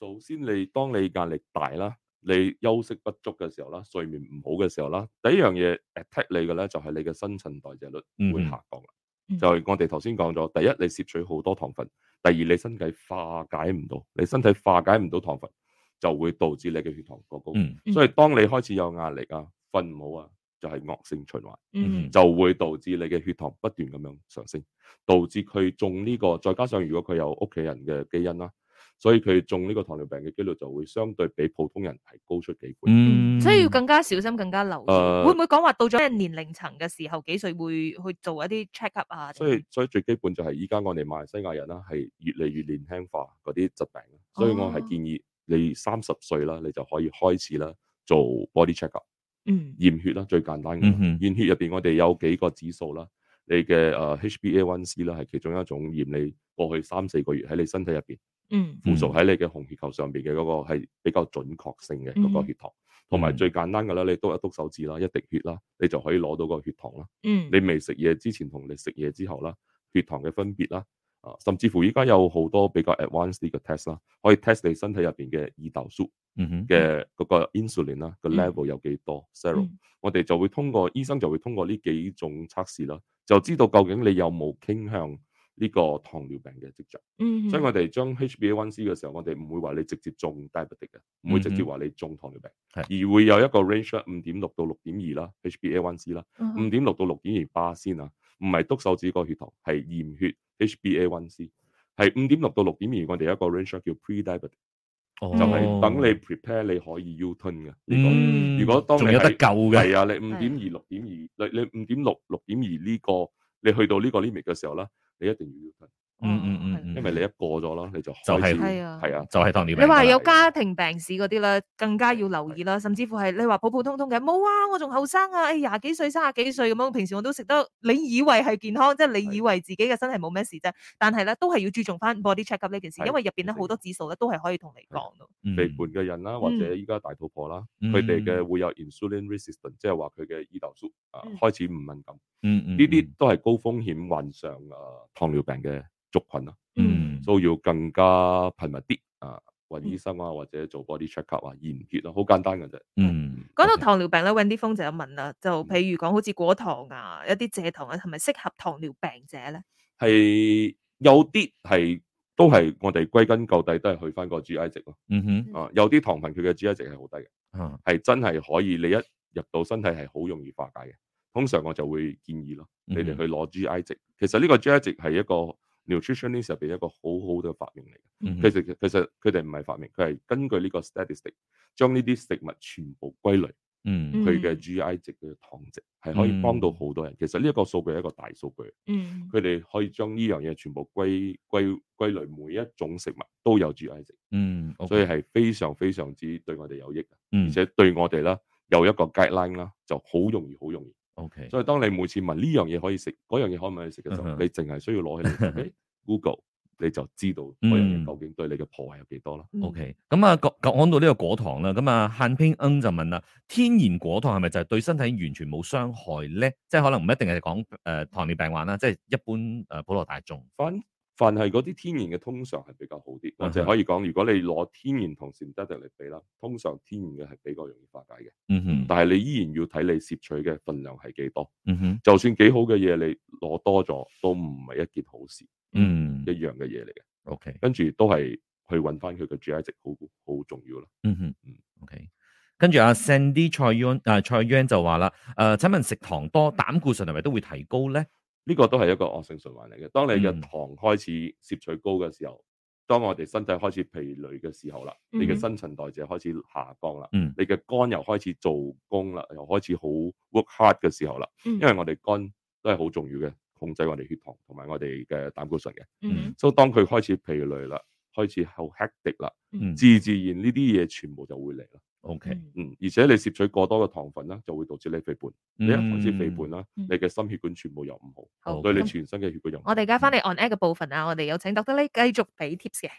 S3: 首先你當你壓力大啦，你休息不足嘅時候啦，睡眠唔好嘅時候啦，第一樣嘢 attack 你嘅咧就係你嘅新陳代謝率會
S2: 嗯
S3: 下降啦。
S1: 嗯
S3: 就係我哋頭先講咗，第一你攝取好多糖分，第二你身體化解唔到，你身體化解唔到糖分，就會導致你嘅血糖過高。
S2: 嗯
S1: 嗯
S3: 所以當你開始有壓力啊，瞓唔好啊，就係惡性循環。
S1: 嗯
S3: 就會導致你嘅血糖不斷咁樣上升，導致佢中呢、個，再加上如果佢有屋企人嘅基因啦，所以佢中呢個糖尿病嘅機率就會相對比普通人係高出幾倍。
S1: 嗯，所以要更加小心，更加留意。
S3: 誒
S1: 會唔會講話到咗咩年齡層嘅時候，幾歲會去做一啲 check up 啊？
S3: 所以所以最基本就係依家我哋馬來西亞人啦，係越嚟越年輕化嗰啲疾病，所以我係建議你三十歲啦，你就可以開始啦做 body check up。
S1: 嗯
S3: 驗血啦，最簡單嘅
S2: 嗯哼
S3: 啦。驗血入邊我哋有幾個指數啦，你嘅呃誒 HbA1c 啦係其中一種驗你過去三四個月喺你身體入邊。
S1: 嗯
S3: 附屬喺你嘅紅血球上邊嘅嗰個係比較準確性嘅嗰個血糖，同埋、
S2: 嗯
S3: 最簡單嘅啦，你篤一篤手指啦，一滴血啦，你就可以攞到個血糖啦。
S1: 嗯，
S3: 你未食嘢之前同你食嘢之後啦，血糖嘅分別啦，啊，甚至乎依家有好多比較 advanced 啲嘅 test 啦，可以 test 你身體入邊嘅胰島素
S2: 嗯哼，
S3: 嘅嗰個 insulin 啦，個
S1: 嗯
S3: level 有幾多 s e r o
S1: 嗯
S3: 我哋就會通過醫生就會通過呢幾種測試啦，就知道究竟你有冇傾向呢個糖尿病嘅跡象。
S1: 嗯
S3: 所以我哋將 HbA1c 嘅時候，我哋唔會話你直接中 diabetic 嘅，唔會直接
S2: 嗯
S3: 話你中糖尿病，
S2: 係
S3: 而會有一個 range 五點六到六點二啦，HbA1c 啦，
S1: 嗯
S3: 五點六到六點二巴先啊，唔係督手指個血糖，係驗血 HbA1c，係五點六到六點二，我哋有一個 range 叫 pre-diabetic，
S2: 就
S3: 就係等你 prepare 你可以 U turn 嘅呢
S2: 哦嗯
S3: 如果當你
S2: 仲有得
S3: 係
S2: 救
S3: 個，
S2: 嘅，
S3: 係啊，你五點二六點二，你你五點六六點二呢個，你去到呢個 limit 嘅時候咧，你一定要 U turn。
S2: 嗯嗯嗯嗯
S3: 因為你一過咗啦，你就
S2: 就係
S3: 開始
S1: 係啊
S3: 係啊，
S2: 就係糖
S1: 你
S2: 尿
S1: 話
S2: 病。
S3: 明白
S1: 有家庭病史嗰啲啦，更加要留意啦，甚至乎係你話普普通通嘅，冇啊，我仲後生啊，哎廿幾歲、三十幾歲咁樣，平時我都食得，你以為係健康，即係你以為自己嘅身體冇咩事啫，但係咧都係要注重翻 body check up 呢件事，
S3: 係
S1: 因為入邊咧好多指數咧都係可以同你講到。
S2: 嗯
S3: 肥胖嘅人啦，或者依家大肚婆啦，
S2: 嗯
S3: 佢哋嘅會有 insulin resistant，即係話佢嘅胰島素啊
S1: 嗯
S3: 開始唔敏感，呢
S2: 嗯嗯
S3: 啲都係高風險患上啊糖尿病嘅族群啦，
S2: 嗯
S3: 都要更加頻密啲啊。揾醫生啊，或者做 body check up 啊，驗血啊，好簡單嘅啫。
S2: 嗯，
S1: 講到
S2: OK
S1: 糖尿病咧，Wendy 峰就有問啦，就譬如講好似果糖啊，一啲蔗糖啊，係咪適合糖尿病者咧？
S3: 係有啲係都係我哋歸根究底都係去翻個 GI 值咯。
S2: 嗯哼
S3: 啊，有啲糖分佢嘅 GI 值係好低嘅，
S2: 啊
S3: 係真係可以你一入到身體係好容易化解嘅。通常我就會建議咯，你哋
S2: 嗯
S3: 去攞 GI 值。其實呢個 GI 值係一個 nutritionist 入邊一個好好嘅發明嚟嘅。
S2: 嗯
S3: 其
S2: 哼
S3: 實其實佢哋唔係發明，佢係根據呢個 statistic 將呢啲食物全部歸類
S2: 嗯
S3: 佢嘅
S1: 嗯
S3: GI 值嘅糖值，係可以幫到好多人。其實呢一個數據係一個大數據，
S1: 嗯
S3: 佢哋可以將呢樣嘢全部歸歸歸類，每一種食物都有 GI 值，
S2: 嗯，OK，
S3: 所以係非常非常之對我哋有益嘅，
S2: 嗯
S3: 而且對我哋啦有一個 guideline 啦，就好容易好容易。
S2: OK，嗯
S3: 所以當你每次問呢樣嘢可以食，嗰樣嘢可唔可以食嘅時候，
S2: 嗯哼
S3: 你淨係需要攞起 嚟誒 Google，你就知道嗰樣
S2: 嗯
S3: 嘢究竟對你嘅破壞有幾多啦。
S1: 嗯
S2: OK，咁啊，講講到呢個果糖啦，咁啊，限偏恩就問啦，天然果糖係咪就係對身體完全冇傷害咧？即係可能唔一定係講誒糖尿病患啦，即係一般誒、呃普羅大眾。
S3: 反凡係嗰啲天然嘅，通常係比較好啲。我
S2: 嗯
S3: 就
S2: 哼
S3: 可以講，如果你攞天然同 synthetic 嚟比啦，通常天然嘅係比較容易化解嘅。
S2: 嗯哼，
S3: 但係你依然要睇你攝取嘅份量係幾多。
S2: 嗯哼，
S3: 就算幾好嘅嘢，你攞多咗都唔係一件好事，
S2: 嗯
S3: 一樣嘅嘢嚟嘅。
S2: ，OK，
S3: 跟住都係去揾翻佢嘅 GI 值，好好重要啦。
S2: 嗯哼
S3: 嗯
S2: ，OK。跟住阿啊 Sandy 蔡 Yun 啊蔡 Yun 就話啦，誒、呃，請問食糖多膽固醇係咪都會提高咧？
S3: 呢個都係一個惡性循環嚟嘅。當你嘅
S2: 嗯
S3: 糖開始攝取高嘅時候，當我哋身體開始疲累嘅時候啦，你嘅
S1: 嗯
S3: 新陳代謝開始下降啦，
S2: 嗯
S3: 你嘅肝又開始做工啦，又開始好 work hard 嘅時候啦，
S1: 嗯
S3: 因為我哋肝都係好重要嘅，控制我哋血糖同埋我哋嘅膽固醇嘅。
S1: 嗯
S3: 所以當佢開始疲累啦，開始好 hectic 啦，
S2: 嗯
S3: 自自然呢啲嘢全部就會嚟啦。
S2: ，OK，
S3: 嗯，而且你攝取過多嘅糖分啦，就會導致你肥胖。你一開始肥胖
S2: 嗯
S3: 啦，
S1: 嗯
S3: 你嘅心血管全部又唔好。
S1: 好
S3: 對你
S1: 咁
S3: 全身嘅血管有。
S1: 我哋而家翻嚟 on air 嘅部分啊，我哋有請 Dr. Lee 繼續俾 tips 嘅。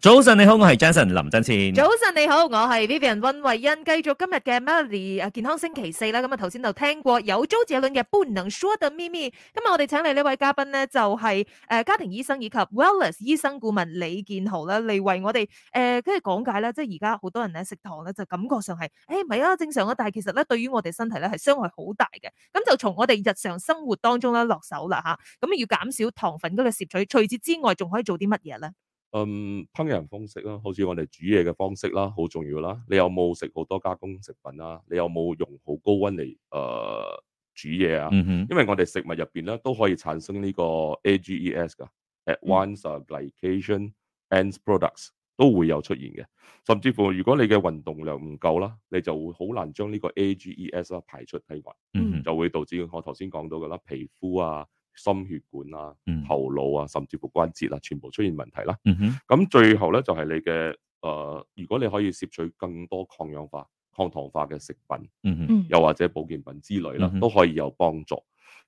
S2: 早晨你好，我係 Jason 林振前。
S1: 早晨你好，我係 Vivian 温慧欣，繼續今日嘅 Melody 啊健康星期四啦。咁啊頭先就聽過有周杰倫嘅《不能說的秘密》。今日我哋請嚟呢位嘉賓呢，就係、呃家庭醫生以及 Wellness 醫生顧問李建豪啦，嚟為我哋誒跟住講解啦。即係而家好多人咧食糖咧就感覺上係誒唔係啊正常啊，但係其實咧對於我哋身體咧係傷害好大嘅。咁就從我哋日常生活當中咧落手啦吓，咁要減少糖分嗰個攝取，除此之外仲可以做啲乜嘢咧？
S3: 嗯，烹飪方式啦，好似我哋煮嘢嘅方式啦，好重要啦。你有冇食好多加工食品啦？你有冇用好高温嚟誒煮嘢啊？
S2: 嗯哼，
S3: 因為我哋食物入邊咧都可以產生呢個 E AGEs 噶，advanced
S1: 嗯
S3: glycation end products 都會有出現嘅。甚至乎如果你嘅運動量唔夠啦，你就會好難將呢個 AGEs 啦排出體外，
S2: 嗯哼，
S3: 就會導致我頭先講到嘅啦，皮膚啊、心血管啊、
S2: 嗯
S3: 頭腦啊，甚至乎關節啊，全部出現問題啦。
S2: 嗯哼，
S3: 咁最後咧就係、你嘅誒、呃如果你可以攝取更多抗氧化、抗糖化嘅食品，
S2: 嗯哼，
S1: 嗯
S3: 又或者保健品之類啦
S2: 嗯哼，
S3: 都可以有幫助。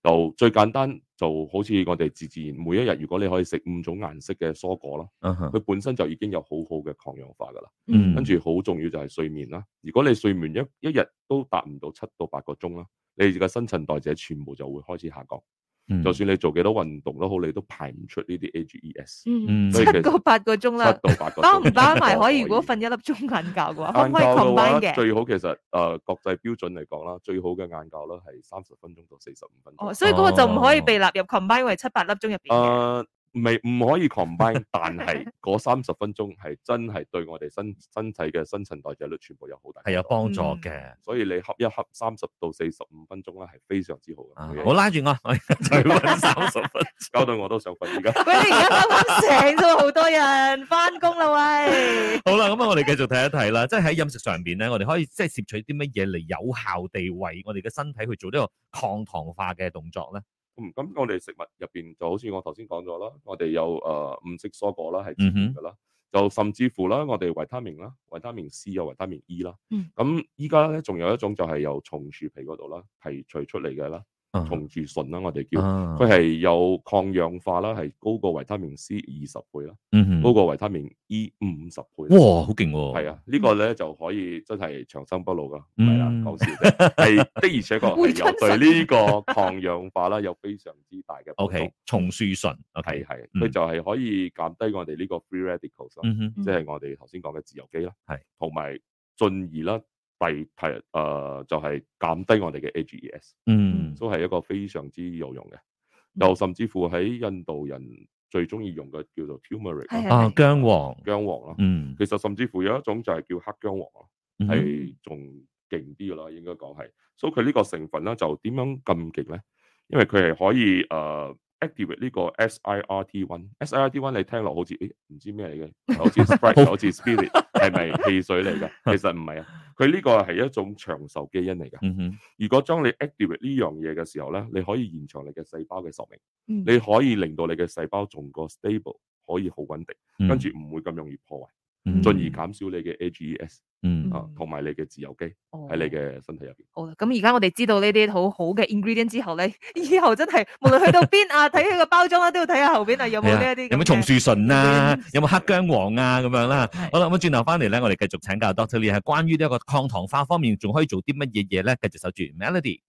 S3: 就最簡單，就好似我哋自自然每一日，如果你可以食五種顏色嘅蔬果啦，
S2: 嗯哼
S3: 佢本身就已經有好好嘅抗氧化噶啦。
S2: 嗯
S3: 跟住好重要就係睡眠啦。如果你睡眠一一日都達唔到七到八個鐘啦，你嘅新陳代謝全部就會開始下降。
S2: 嗯
S3: 就算你做幾多運動都好，你都排唔出呢啲 AGEs。
S2: 嗯
S1: 嗯，
S3: 所
S1: 七
S3: 以其實
S1: 個八個鐘
S3: 七
S1: 啦
S3: 到。八個鐘
S1: 包唔包埋可以？如果
S3: 都
S1: 瞓一粒鐘晏覺 嘅話，可
S3: 晏
S1: 唔
S3: 覺
S1: 可以
S3: 嘅
S1: combine
S3: 話，
S1: 嘅？
S3: 最好其實誒、呃、國際標準嚟講啦，最好嘅晏覺啦係三十分鐘到四十五分鐘。
S1: 哦，所以嗰個就唔可以被納入 combine 為七八粒鐘入邊嘅。
S3: 誒呃未唔可以 combine，但 係嗰三十分鐘係真係對我哋身身體嘅新陳代謝率全部有好大。
S2: 係有。幫助
S1: 嗯
S2: 嘅。
S3: 所以你恰一恰三十到四十五分鐘啦，係非常之好
S2: 啊
S3: 嘅。每日
S2: 好拉住我， 我再搵三十分
S3: 搞到我都想瞓而家。
S1: 喂，你而家啱啱醒咗好多人翻工啦，喂。
S2: 好啦，咁啊，我哋繼續睇一睇啦，即係喺飲食上邊咧，我哋可以即係攝取啲乜嘢嚟有效地為我哋嘅身體去做呢個抗糖化嘅動作咧？
S3: 嗯，咁我哋食物入邊就好似我頭先講咗啦，我哋有誒、呃五色蔬果啦，係自
S2: 嗯哼
S3: 然噶啦，就甚至乎啦，我哋維他命啦，維他命 C 有維他命 E 啦
S1: 嗯，
S3: 咁依家咧仲有一種就係由松樹皮嗰度啦提取出嚟嘅啦，
S2: 啊
S3: 松樹醇啦，我哋叫
S2: 啊
S3: 佢係有抗氧化啦，係高過維他命 C 二十倍啦，
S2: 嗯哼
S3: 高過維他命 E 五十倍啦。
S2: 哇，好勁喎！
S3: 係啊，呢個咧就可以真係長生不老噶，唔
S2: 嗯
S3: 係啦，講笑啫，係的而且確係有對呢個抗氧化啦有非常之大嘅幫助。
S2: ，OK，松樹醇
S3: 係
S2: ，OK，
S3: 係，
S2: 嗯
S3: 佢就係可以減低我哋呢個 free radicals 啦，
S2: 嗯哼，
S3: 即係我哋頭先講嘅自由基啦，
S2: 係
S3: 同埋進而啦，第提誒就係減低我哋嘅 AGEs。
S2: 嗯
S3: 都係一個非常之有用嘅。
S1: 嗯
S3: 又甚至乎喺印度人最中意用嘅叫做 turmeric
S1: 係
S3: 啦
S2: 啊，姜黃，
S3: 姜黃啦。
S2: 嗯，
S3: 其實甚至乎有一種就係叫黑姜黃啦，
S2: 嗯哼
S3: 係仲勁啲噶啦，應該講係。所以佢呢個成分咧就點樣咁勁咧？因為佢係可以誒、呃 activate 呢個 SIRT one。SIRT one 你聽落好似誒唔知咩嚟 嘅，好似 Sprite 好似 Spirit 係咪汽水嚟㗎？其實唔係啊，佢呢個係一種長壽基因嚟㗎。
S2: 嗯哼，
S3: 如果將你 activate 呢樣嘢嘅時候咧，你可以延長你嘅細胞嘅壽命，
S1: 嗯
S3: 你可以令到你嘅細胞仲個 stable，可以好穩定，
S2: 嗯
S3: 跟住唔會咁容易破壞，
S2: 嗯
S3: 進而減少你嘅 AGEs
S2: 嗯
S3: 啊
S1: 嗯，
S3: 同埋你嘅自由基
S1: 哦
S3: 喺你嘅身體入邊。
S1: 好啦，咁而家我哋知道呢啲好好嘅 ingredient 之後咧，以後真係無論去到邊 啊，睇佢個包裝啦，都要睇下後邊啊有冇
S2: 係
S1: 呢
S2: 啊
S1: 一啲
S2: 有
S1: 咁
S2: 冇
S1: 嘅
S2: 松樹 醇啊
S1: 咁？
S2: 有冇黑姜黃啊？咁樣啦
S1: 係。
S2: 好啦，咁轉頭翻嚟咧，我哋繼續請教 Doctor Lee 係關於呢一個抗糖化方面，仲可以做啲乜嘢嘢咧？繼續守住 Melody。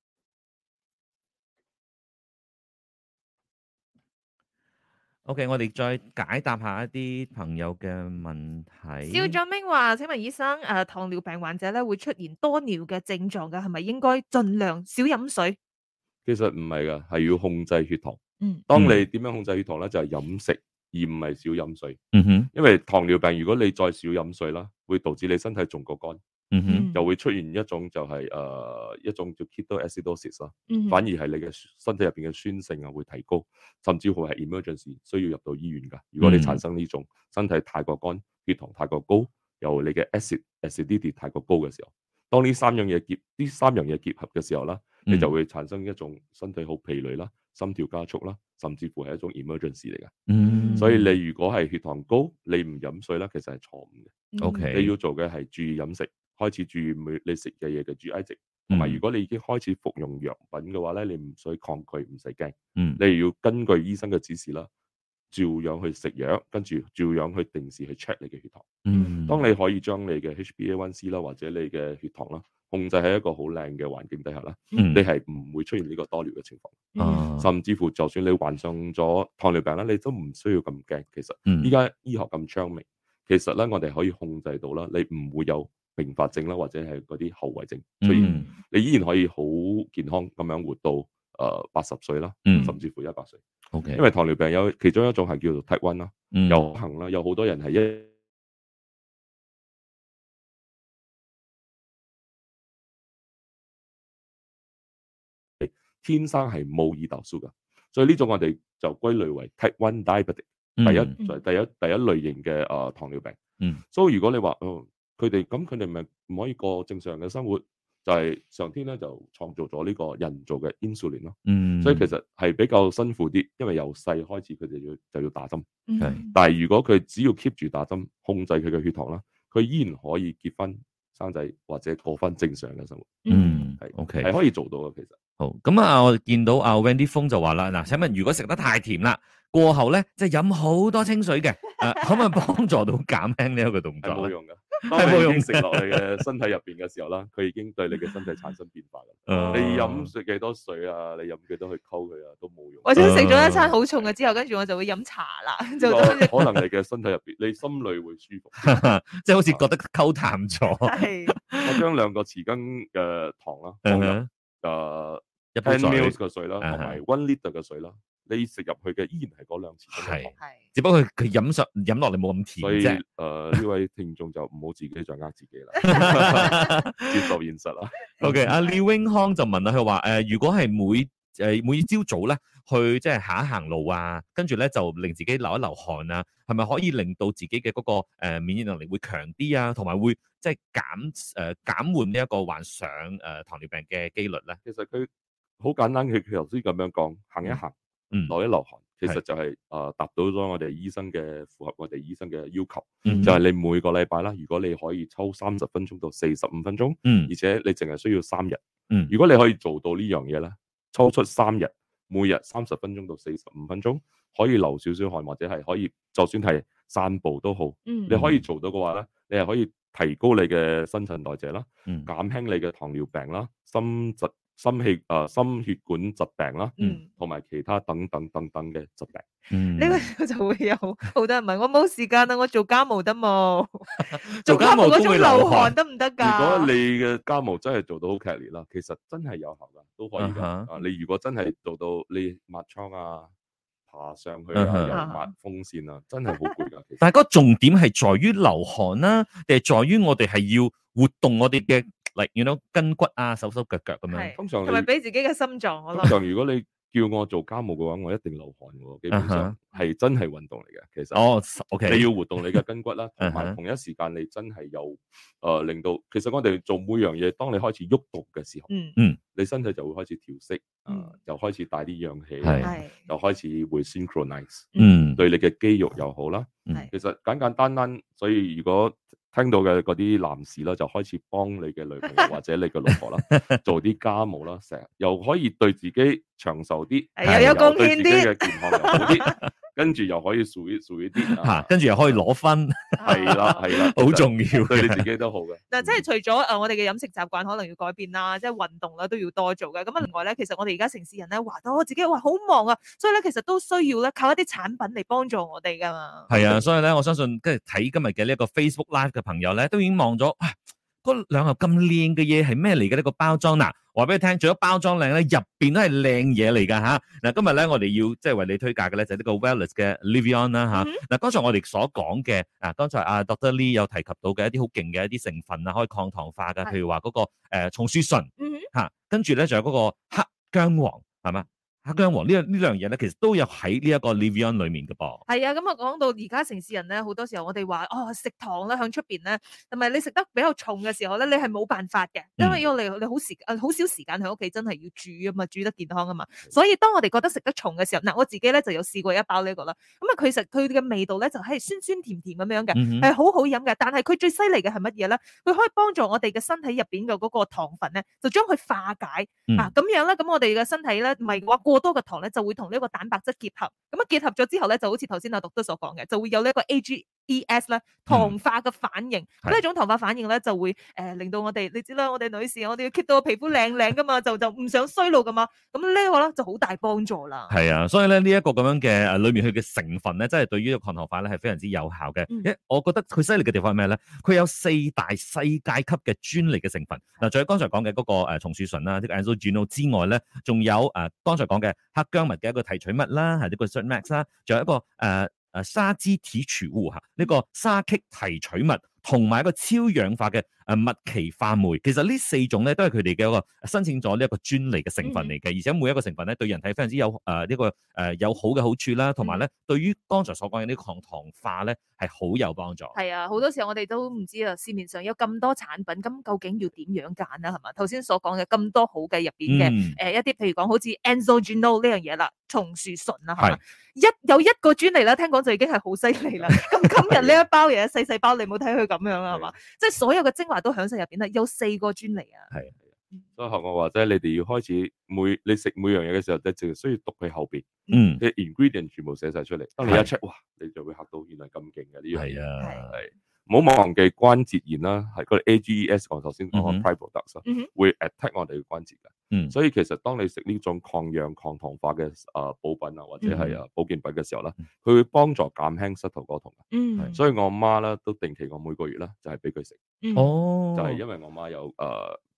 S2: OK，我哋再解答下一啲朋友嘅問題。
S1: 肖俊明話：請問醫生，誒、糖尿病患者咧會出現多尿嘅症狀嘅，係咪應該盡量少飲水？
S3: 其實唔係㗎，係要控制血糖。
S1: 嗯，
S3: 當你點樣控制血糖咧，就係、飲食而唔係少飲水，
S2: 嗯哼，
S3: 因為糖尿病如果你再少飲水啦，會導致你身體仲過乾，
S2: 嗯哼，
S3: 又會出現一種就係、呃一種叫 ketoacidosis 啦。
S1: 嗯
S3: 反而係你嘅身體入邊嘅酸性啊會提高，甚至乎係 emergency 需要入到醫院㗎。如果你
S2: 嗯
S3: 產生呢種身體太過乾、血糖太過高，又你嘅 acid acidity 太過高嘅時候，當呢三樣嘢結呢三樣嘢結合嘅時候啦，
S2: 嗯
S3: 你就會產生一種身體好疲累啦、心跳加速啦，甚至乎係一種 emergency 嚟㗎。
S2: 嗯，
S3: 所以你如果係血糖高，你唔飲水啦，其實係錯誤嘅。
S2: OK
S3: 你要做嘅係注意飲食，開始注意每你食嘅嘢嘅 GI 值。同
S2: 嗯
S3: 埋，如果你已經開始服用藥品嘅話咧，你唔使抗拒，唔使驚，
S2: 嗯
S3: 你要根據醫生嘅指示啦，照樣去食藥，跟住照樣去定時去 check 你嘅血糖。
S2: 嗯，
S3: 當你可以將你嘅 HbA1c 啦，或者你嘅血糖啦，控制喺一個好靚嘅環境底下啦，
S2: 嗯
S3: 你係唔會出現呢個多尿嘅情況。
S2: 啊
S3: 甚至乎，就算你患上咗糖尿病啦，你都唔需要咁驚。其實
S2: 嗯
S3: 依家醫學咁昌明，其實咧我哋可以控制到啦，你唔會有併發症啦，或者係嗰啲後遺症出現。
S2: 嗯
S3: 你依然可以好健康咁樣活到誒八十歲啦，
S2: 嗯
S3: 甚至乎一百歲。
S2: OK，
S3: 因為糖尿病有其中一種係叫做 type one 啦，
S2: 為
S3: 有行啦，有好多人係一天生係冇胰島素噶，所以呢種我哋就歸類為 type one diabetic。第一就係第一第一類型嘅誒糖尿病。
S2: 嗯，
S3: 所以如果你話哦，佢哋咁佢哋咪唔可以過正常嘅生活，就係上天咧就創造咗呢個人造嘅 insulin 咯。
S2: 嗯，
S3: 所以其實係比較辛苦啲，因為由細開始佢哋要就要打針。
S1: 嗯
S3: 但係如果佢只要 keep 住打針，控制佢嘅血糖啦，佢依然可以結婚生仔或者過翻正常嘅生活，
S2: 嗯
S3: 係
S2: ，OK
S3: 係可以做到嘅。其實
S2: 好，咁啊，我見到阿 Wendy 峰就話啦，嗱，請問如果食得太甜啦，過後咧即係飲好多清 水嘅，誒、可唔可以幫助到減輕呢一個動
S3: 係
S2: 作啊
S3: 冇
S2: 咧？
S3: 用嘅。
S2: 係
S3: 當
S2: 冇
S3: 你已
S2: 用
S3: 經食落去嘅身體入邊嘅時候啦，佢已經對你嘅身體產生變化啦。
S2: 誒
S3: 你飲食幾多水啊？你飲幾多去溝佢啊？都冇用。
S1: 或者食咗 一
S2: 呃
S1: 餐好重嘅之後，跟住我就會飲茶啦，就
S3: 呢
S1: 到
S3: 個可能你嘅身體入邊，你心裏會舒服。
S2: 即係好似覺得溝淡
S3: 啊
S2: 咗，
S1: 係
S3: 我將兩個匙羹嘅糖啦，放
S2: 嗯
S3: 入
S2: 哼
S3: 誒
S2: 一杯
S3: ten mils
S2: 水，
S3: 嘅水啦，
S2: 啊哈
S3: 同埋 one liter 嘅水啦，你食入去嘅依然係嗰兩匙羹嘅糖。
S1: 係
S2: 只不過佢飲上飲落嚟冇咁
S3: 所以誒
S2: 甜
S3: 呢、位聽眾就唔好自己再呃自己啦，
S2: 啫。
S3: 接受現實啦。
S2: OK，阿廖永康就問啦，佢話誒，如果係每誒每朝早咧去即係行一行路啊，跟住咧就令自己流一流汗啊，係咪可以令到自己嘅嗰、個誒、呃免疫能力會強啲啊，同埋會即係減誒減緩呢一個患上誒、呃糖尿病嘅機率咧？
S3: 其實佢好簡單，佢佢頭先咁樣講，行一行，
S2: 嗯
S3: 流一流汗，其實
S2: 係
S3: 就係、誒、達到咗我哋醫生嘅符合我哋醫生嘅要求，
S2: 嗯
S3: 就係、你每個禮拜啦，如果你可以抽三十分鐘到四十五分鐘，
S2: 嗯
S3: 而且你淨係需要三日。
S2: 嗯
S3: 如果你可以做到呢樣嘢咧，抽出三日，每日三十分鐘到四十五分鐘，可以流少少汗，或者係可以就算係散步都好，
S1: 嗯
S3: 你可以做到嘅話咧，你係可以提高你嘅新陳代謝啦，
S2: 嗯
S3: 減輕你嘅糖尿病啦、心疾、心氣啊、心血管疾病啦，
S1: 嗯，
S3: 同埋其他等等等等嘅疾病。
S2: 嗯
S1: 呢個就會有 好多人問我冇時間啊啦，我做家務得冇？
S2: 做家務
S1: 嗰
S2: 都
S1: 種
S2: 會
S1: 流
S2: 流
S1: 汗
S2: 汗。
S1: 得唔得
S3: 如果
S1: 㗎？
S3: 你嘅家務真係做到好劇烈啦，其實真係有效噶，都可
S1: 嗯
S3: 以噶。
S2: 啊
S3: 啊，你如果真係做到你抹窗啊、爬上去啊、
S1: 嗯
S2: 啊哈
S3: 又抹風扇啊，真係好攰噶。 其實
S2: 但係嗰個重點係在於流汗啦、定係在於我哋係要活動我哋嘅嚟 you know 筋骨啊、手手腳腳咁樣。
S1: 係
S3: 通常你
S1: 同埋俾自己嘅心臟，我
S3: 通
S1: 諗。
S3: 常如果你叫我做家務嘅話，我一定流汗嘅喎，基
S1: 嗯
S3: 本
S2: 啊
S3: 上係真係運動嚟嘅。其實
S2: 哦，OK，
S3: 你要活動你嘅筋骨 啦，同
S2: 啊哈
S3: 埋同一時間你真係有誒、呃令到，其實我哋做每樣嘢，當你開始喐動嘅時候，
S1: 嗯，
S3: 你身體就會開始調息，啊、
S1: 嗯
S3: 又開始帶啲氧氣，
S2: 係
S1: 係。
S3: 又開始會 synchronize。
S2: 嗯
S3: 對你嘅肌肉又好啦。
S2: 嗯
S1: 係
S3: 其實簡簡單單，所以如果聽到嘅嗰啲男士啦，就開始幫你嘅女朋 友或者你嘅老婆啦，做啲家務啦，成日又可以對自己長壽啲，
S1: 係又
S3: 係
S1: 有貢
S3: 對
S1: 獻
S3: 自己
S1: 啲
S3: 嘅健康又好 啲，跟住又可以數一數一啲
S2: 吓，
S3: 啊，
S2: 跟住又可以攞分，
S3: 係 啦係啦，
S2: 好重要
S3: 對你
S2: 嘅。
S3: 自己都好嘅。
S1: 嗱，
S2: 嗯
S1: 即係除咗誒我哋嘅飲食習慣可能要改變啦，即係運動啦都要多做嘅。咁啊，
S2: 嗯
S1: 另外咧，其實我哋而家城市人咧話到我自己哇好忙啊，所以咧其實都需要咧靠一啲產品嚟幫助我哋噶嘛。
S2: 係啊，所以咧，我相信跟住睇今日嘅呢一個 Facebook Live 嘅朋友咧，都已經望咗，哇嗰兩盒咁靚嘅嘢係咩嚟嘅呢個包裝嗱，話俾你聽，除咗包裝靚咧，入邊都係靚嘢嚟㗎吓。嗱，今日咧我哋要即係為你推介嘅咧就係呢個 Wellness 嘅 Livion 啦吓。
S1: 嗯
S2: 嗱，剛才我哋所講嘅啊，剛才啊 Dr. Lee 有提及到嘅一啲好勁嘅一啲成分啊，可以抗糖化嘅，
S1: 係
S2: 譬如話嗰、個、呃、松樹醇
S1: 嗯哼
S2: 嚇，跟住咧仲有嗰個黑姜黃係嘛？黑姜黃呢樣呢兩樣嘢咧，其實都有喺呢一個 Livion 裡面嘅噃。
S1: 係啊，咁啊講到而家城市人咧，好多時候我哋話哦食糖咧，向出邊咧，同埋你食得比較重嘅時候咧，你係冇辦法嘅，因
S2: 嗯
S1: 為要你你好時誒好少時間喺屋企真係要煮啊嘛，煮得健康啊嘛。所以當我哋覺得食得重嘅時候，嗱我自己咧就有試過一包呢個啦，咁啊佢食佢嘅味道咧就係酸酸甜甜咁樣嘅。
S2: 嗯哼
S1: 係好好飲嘅，但係佢最犀利嘅係乜嘢咧？佢可以幫助我哋嘅身體入邊嘅嗰個糖分咧，就將佢化解、
S2: 嗯
S1: 啊，咁樣咧，咁我哋嘅身體咧，唔係話過多嘅糖咧，就會同呢一個蛋白質結合，咁啊結合咗之後咧，就好似頭先阿讀都所講嘅，就會有呢一個 E AG。E.S. 咧
S2: 嗯
S1: 糖化嘅反應，
S2: 係
S1: 呢一種糖化反應咧就會誒、呃令到我哋，你知啦，我哋女士我哋要 keep 到個皮膚靚靚噶嘛，就就唔想衰老噶嘛，咁呢個咧就好大幫助啦。
S2: 係啊，所以咧呢一個咁樣嘅誒裏面佢嘅成分咧，真係對於抗糖化咧係非常之有效嘅。
S1: 嗯
S2: 一我覺得佢犀利嘅地方係咩咧？佢有四大世界級嘅專利嘅成分。嗱，除咗剛才講嘅嗰個誒松樹醇啦，呢個 a n z o g e n o 之外咧，仲有誒剛才講嘅黑姜物嘅一個提取物啦，係呢個 s u r m a x 啦，仲有一個誒。呃誒沙枝提取物嚇，呢、個沙棘提取物，同埋一個超氧化嘅誒麥奇化酶，其實呢四種咧都係佢哋嘅一個申請咗呢一個專利嘅成
S3: 嗯
S2: 分嚟嘅，而且每一個成分咧對人體非常之有誒啊呢、個誒、有好嘅好處啦，同
S3: 嗯
S2: 埋咧對於剛才所講嘅呢個抗糖化咧係好有幫助。
S1: 係啊，好多時候我哋都唔知啊，市面上有咁多產品，咁究竟要點樣揀啊啦？係嘛？頭先所講嘅咁多好嘅入邊嘅
S2: 嗯，
S1: 誒一啲，譬如講好似 Anzogeno 呢樣嘢啦，松樹醇啦，係嘛
S2: 係？
S1: 一有一個專利啦，聽講就已經係好犀利啦。咁今日呢一包嘢細細包，你冇睇佢咁樣啊啦，係嘛？即係所有嘅精華都響晒入邊啦，有四個專利啊。
S3: 所以學我話齋，你哋要開始每你食每樣嘢嘅時候，你淨係需要讀佢後邊
S2: 嗯，哦
S3: 嘅 ingredient 全部寫晒出嚟。當你一
S2: 係
S3: check，哇，你就會嚇到原來咁勁嘅呢樣嘢。
S2: 係啊，
S3: 嗯係唔好忘記關節炎啦，係嗰個 AGEs 我頭先講
S2: 嗯哼
S3: 嘅 private d u c
S1: 嗯哼
S3: t 會 attack 我哋嘅關節嘅。
S2: 嗯
S3: 所以其實當你食呢種抗氧抗糖化嘅啊補品啊或者係啊保健品嘅時候咧
S2: 嗯，
S3: 佢會幫助減輕膝頭哥痛嘅。
S1: 嗯，
S3: 所以我媽咧都定期我每個月咧就係俾佢食，
S1: 嗯，
S2: 哦，
S3: 就係因為我媽有誒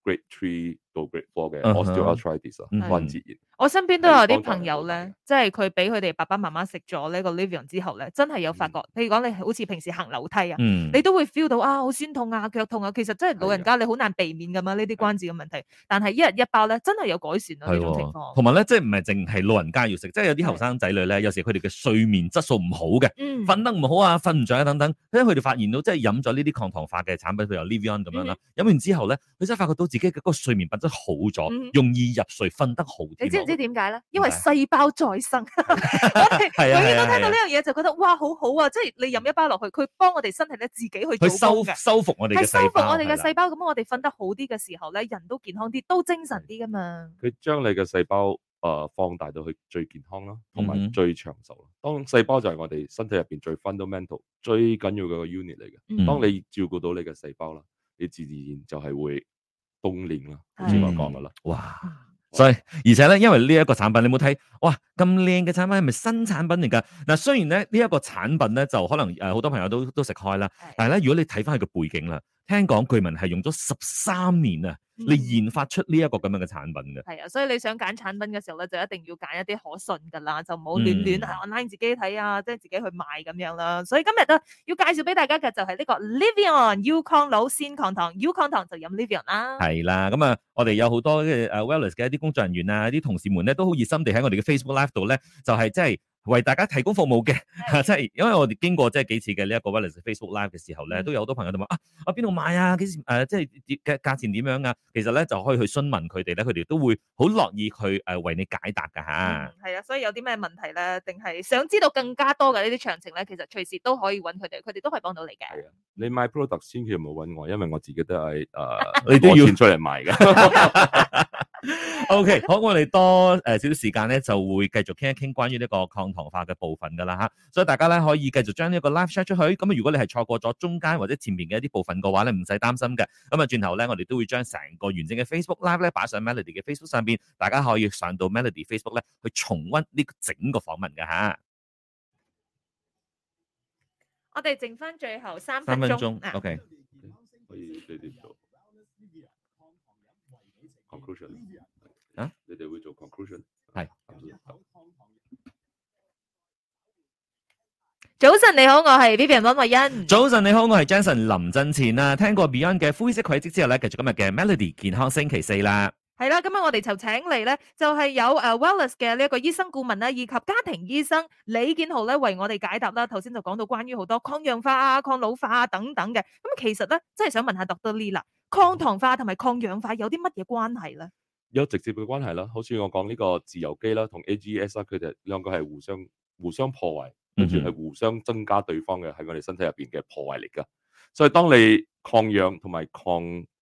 S3: grade three 到 grade four 嘅
S2: 嗯哼
S3: osteoarthritis 啊
S2: 嗯
S3: 關節炎。
S1: 我身邊都有啲
S3: 係幫助
S1: 朋
S3: 你
S1: 友
S3: 好
S1: 咧
S3: 大嘅，
S1: 即係佢俾佢哋爸爸媽媽食咗呢個 Livion 之後咧，真係有
S3: 嗯
S1: 發覺，譬如講你好似平時行樓梯啊。
S2: 嗯
S1: 你都會 feel 到啊，好酸痛啊，腳痛啊。其實真係老人
S3: 係啊
S1: 家你好難避免噶嘛呢啲關節嘅問題。但係一日一包咧，真係有改善啊呢
S2: 係
S1: 種情
S2: 喎，
S1: 況。
S2: 同埋咧，即係唔係淨係老人家要食，即係有啲後生仔女咧，有時佢哋嘅睡眠質素唔好嘅。
S1: 嗯
S2: 瞓得唔好啊，瞓唔着啊等等，因為佢哋發現到即係飲咗呢啲抗糖化嘅產品，譬如
S1: 嗯
S2: Livion 咁樣啦，飲完之後咧，佢真係發覺到自己嘅嗰個睡眠品質好咗，
S1: 嗯
S2: 容易入睡，瞓得好啲。
S1: 你知唔知點解咧？因
S2: 點
S1: 為
S2: 解
S1: 細胞再生， 我哋
S2: 係啊
S1: 永遠都
S2: 係啊
S1: 聽到
S2: 係
S1: 呢樣嘢就覺得哇好好啊！即係你飲一包落去，佢幫我哋身體咧自己去
S2: 啊佢
S1: 做
S2: 修
S1: 工嘅。
S2: 修復我哋
S1: 係
S2: 嘅
S1: 修
S2: 細
S1: 復
S2: 胞。
S1: 我哋嘅
S2: 係啦
S1: 細胞，咁我哋瞓得好啲嘅時候咧，人都健康啲，都精神啲噶嘛。
S3: 佢將你嘅細胞誒放大到去最健康啦，
S2: 嗯
S3: 同埋
S2: 哼
S3: 最長壽啦。當細胞就係我哋身體入邊最 fundamental、最緊要嘅個 unit 嚟嘅。
S1: 嗯
S3: 當你照顧到你嘅細胞啦，你自自然就係會冬練啦，好似
S1: 係
S3: 我講噶啦。
S2: 哇
S1: 嗯！
S2: 所以而且咧，因為呢一個產品，你有冇睇哇咁靚嘅產品係咪新產品嚟㗎？嗱，雖然咧呢一、個產品咧就可能呃誒好、多朋友都都食開啦，但係咧如果你睇翻佢嘅背景啦，聽講據聞係用咗十三年啊，
S1: 嗯
S2: 你研發出呢一個咁樣嘅產品嘅。
S1: 系啊，所以你想揀產品嘅時候咧，就一定要揀一啲可信噶啦，就唔好亂亂
S2: 嗯
S1: 啊 online 自己睇啊，即係自己去買咁樣啦。所以今日都要介紹俾大家嘅就係呢個 Livion U 抗老先抗糖，U 抗糖就飲 Livion 啦。
S2: 係啦，咁啊，我哋有好多嘅誒呃 wellness 嘅一啲工作人員啊，啲同事們咧都好熱心地喺我哋嘅 Facebook Live 度咧，就係即係為大家提供服務嘅， 即係因為我哋經過即係幾次嘅呢一個 wellness Facebook Live 嘅時候咧，
S1: 嗯
S2: 都有好多朋友就問啊，啊邊度買啊？幾時誒？即係點嘅價錢點樣啊？其實咧就可以去詢問佢哋咧，佢哋都會好樂意去誒為你解答㗎
S1: 嗯
S2: 吓。，
S1: 係啊，所以有啲咩問題咧，定係想知道更加多嘅呢啲詳情咧，其實隨時都可以揾佢哋，佢哋都可以幫到你嘅
S3: 係。
S2: 啊
S3: 你買 product 千祈唔好揾我，因為我自己都係誒，
S2: 你都要
S3: 攞錢出嚟賣嘅。
S2: O、k 好，我哋多誒少少時間咧，就會繼續傾一傾關於呢個抗糖化嘅部分噶啦嚇，所以大家咧可以繼續將呢一個 live share 出去。咁啊如果你係錯過咗中間或者前面嘅一啲部分嘅話咧，唔使擔心嘅。咁啊，轉頭咧，我哋都會將成個完整嘅 Facebook live 咧擺上 Melody 嘅 Facebook 上邊，大家可以上到 Melody Facebook 咧去重温呢個整個訪問嘅嚇。
S1: 我哋剩翻最後三
S2: 三
S1: 分
S2: 分
S1: 鐘
S2: 鐘
S1: 啊，
S2: ，OK。
S3: 可以你哋做 conclusion
S2: 啊？
S3: 你哋會做 conclusion
S2: 係
S1: 早晨你好，我係 Vivian 温慧欣。
S2: 早晨，你好，我係 Jason 林振前啦。聽過 Beyond 嘅灰色軌跡之後咧，繼續今日嘅 Melody 健康星期四啦。
S1: 係啦，咁啊，我哋就請嚟咧，就係、有誒 Wellness 嘅呢一個醫生顧問啦，以及家庭醫生李建豪咧為我哋解答啦。頭先就講到關於好多抗氧化啊、抗老化啊等等嘅。咁其實咧，真係想問下 Dr. Lee 啦，抗糖化同埋抗氧化有啲乜嘢關係咧？
S3: 有直接嘅關係啦。好似我講呢個自由基啦，同 AGEs 啦，佢哋兩個係互相互相破壞，跟住
S2: 嗯哼
S3: 係互相增加對方嘅喺我哋身體入邊嘅破壞力噶。所以當你抗氧同埋抗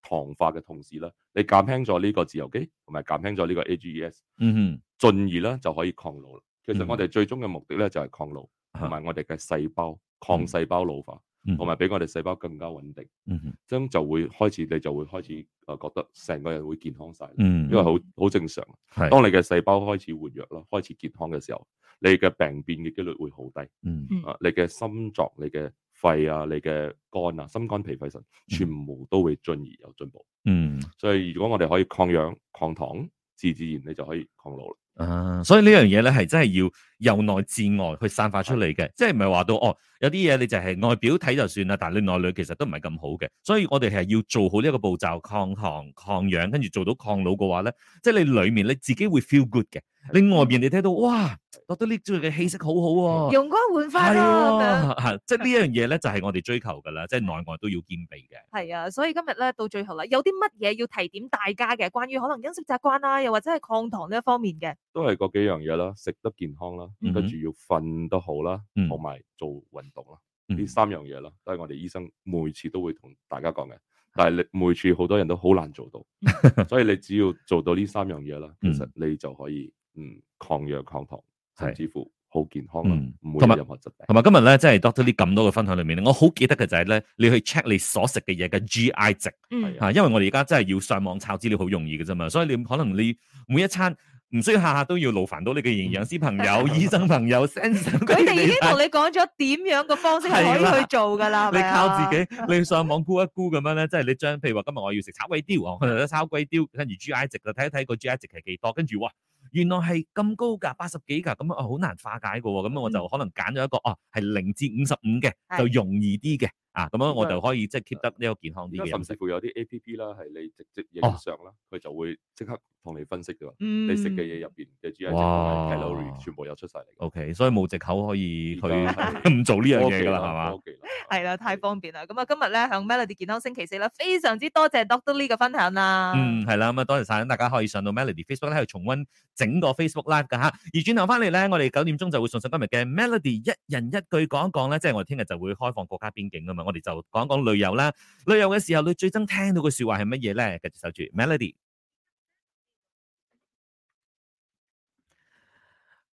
S3: 糖化嘅同時咧，你減輕咗呢個自由基，同埋減輕咗呢個 AGEs，
S2: 嗯
S3: 進而咧就可以抗老啦。其實
S2: 嗯
S3: 我哋最終嘅目的咧就係抗老，
S2: 啊嗯
S3: 同埋我哋嘅細胞抗細胞老化，
S2: 哼，
S3: 同埋俾我哋細胞更加穩定，
S2: 嗯哼
S3: 咁就會開始你就會開始呃誒覺得成個人會健康晒啦，
S2: 嗯
S3: 因為好好正常。
S2: 係
S3: 當你嘅細胞開始活躍啦，開始健康嘅時候，你嘅病變嘅機率會好低。
S2: 嗯
S1: 嗯
S3: 啊，你嘅心臟、你嘅肺啊、你嘅肝啊、心肝脾肺腎，全部都會進而有進步。
S2: 嗯。
S3: 所以如果我哋可以抗氧、抗糖，自自然你就可以抗老啦。
S2: 啊，所以呢樣嘢咧係真係要由內至外去散發出嚟嘅，即係唔係話到哦，有啲嘢你就係外表睇就算啦，但係你內裏其實都唔係咁好嘅，所以我哋係要做好呢一個步驟，抗糖、抗氧，跟住做到抗老嘅話咧，即係你裏面你自己會 feel good 嘅，你外邊你睇到哇，覺得呢做嘅氣息好好、喎，
S1: 容光煥發
S2: 哦係
S1: 啦啊咁樣。
S2: 喎， 係即係呢樣嘢咧就係我哋追求噶啦，即係內外都要兼備嘅。
S1: 係啊，所以今日咧到最後啦，有啲乜嘢要提點大家嘅，關於可能飲食習慣啦，又或者係抗糖呢一方面嘅。
S3: 都係嗰幾樣嘢啦，食得健康啦，
S2: 嗯哼
S3: 跟住要瞓得好啦
S2: 嗯，
S3: 同埋做運動啦，
S2: 嗯
S3: 呢三樣嘢啦，都係我哋醫生每次都會同大家講嘅。但係你每次好多人都好難做到，所以你只要做到呢三樣嘢啦，其
S2: 嗯
S3: 實你就可以嗯抗藥抗糖，甚
S2: 係
S3: 至乎好健康啦
S2: 嗯，
S3: 唔會
S2: 同埋
S3: 有任何疾病。
S2: 同埋今日咧，即係 Doctor Lee 咁多嘅分享裏面咧，我好記得嘅就係咧，你去 check 你所食嘅嘢嘅 GI 值。
S1: 嗯
S3: 係啊
S2: 啊，因為我哋而家真係要上網抄資料好容易嘅啫嘛，所以你可能你每一餐唔需要下下都要勞煩到你嘅
S1: 嗯
S2: 營養師朋友、 醫生朋友、sensor
S1: 佢哋已經
S2: 嚟
S1: 同你講咗點樣嘅方式可以去做㗎啦，係
S2: 你
S1: 咪啊
S2: 靠自己，你上網估一估咁樣咧，即係你將譬如話今日我要食炒粿條， 我就炒粿條，跟住 GI 值就睇一睇個 GI 值係幾多，跟住哇，原來係咁高㗎，八十幾㗎，咁啊好難化解嘅喎，咁我
S1: 嗯
S2: 就可能揀咗一個哦係零至五十五嘅，
S1: 係
S2: 就容易啲嘅，啊咁樣我就可以即係 keep 得呢個健康啲
S3: 而
S2: 嘅
S3: 家甚
S2: 飲
S3: 至
S2: 食，
S3: 乎有啲 A P P 啦，係你直接影
S2: 哦
S3: 相啦，佢就會即刻同你分析嘅話，
S1: 嗯
S3: 你食嘅嘢入邊嘅 GI 值同
S2: 哇
S3: 埋 calorie 全部有出晒嚟。
S2: OK，所以冇藉口可以去
S3: 而家係
S2: 唔做呢樣嘢㗎啦，係嘛？
S3: 科技啦
S1: 係啦，太方便啦。咁啊，今日咧向 Melody 健康星期四啦，非常之多謝 Doctor Lee 嘅分享啦。
S2: 嗯，係啦，咁啊，多謝晒，大家可以上到 Melody Facebook 咧去重温整個 Facebook Live 噶吓。而轉頭翻嚟咧，我哋九點鐘就會送上今日嘅 Melody 一人一句講一講咧，即係我哋聽日就會開放國家邊境噶嘛，我哋就講一講旅遊啦。旅遊嘅時候，你最憎聽到嘅说話係乜嘢咧？繼續守住 Melody。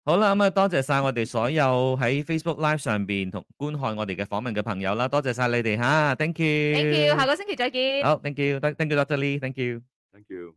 S2: 好啦，咁啊，多謝晒我哋所有喺 Facebook Live 上邊同觀看我哋嘅訪問嘅朋友啦，多謝晒你哋吓，thank you。
S1: Thank you，下個星期再見。
S2: 好，thank you，thank you，Dr. Lee，thank you。
S3: Thank you。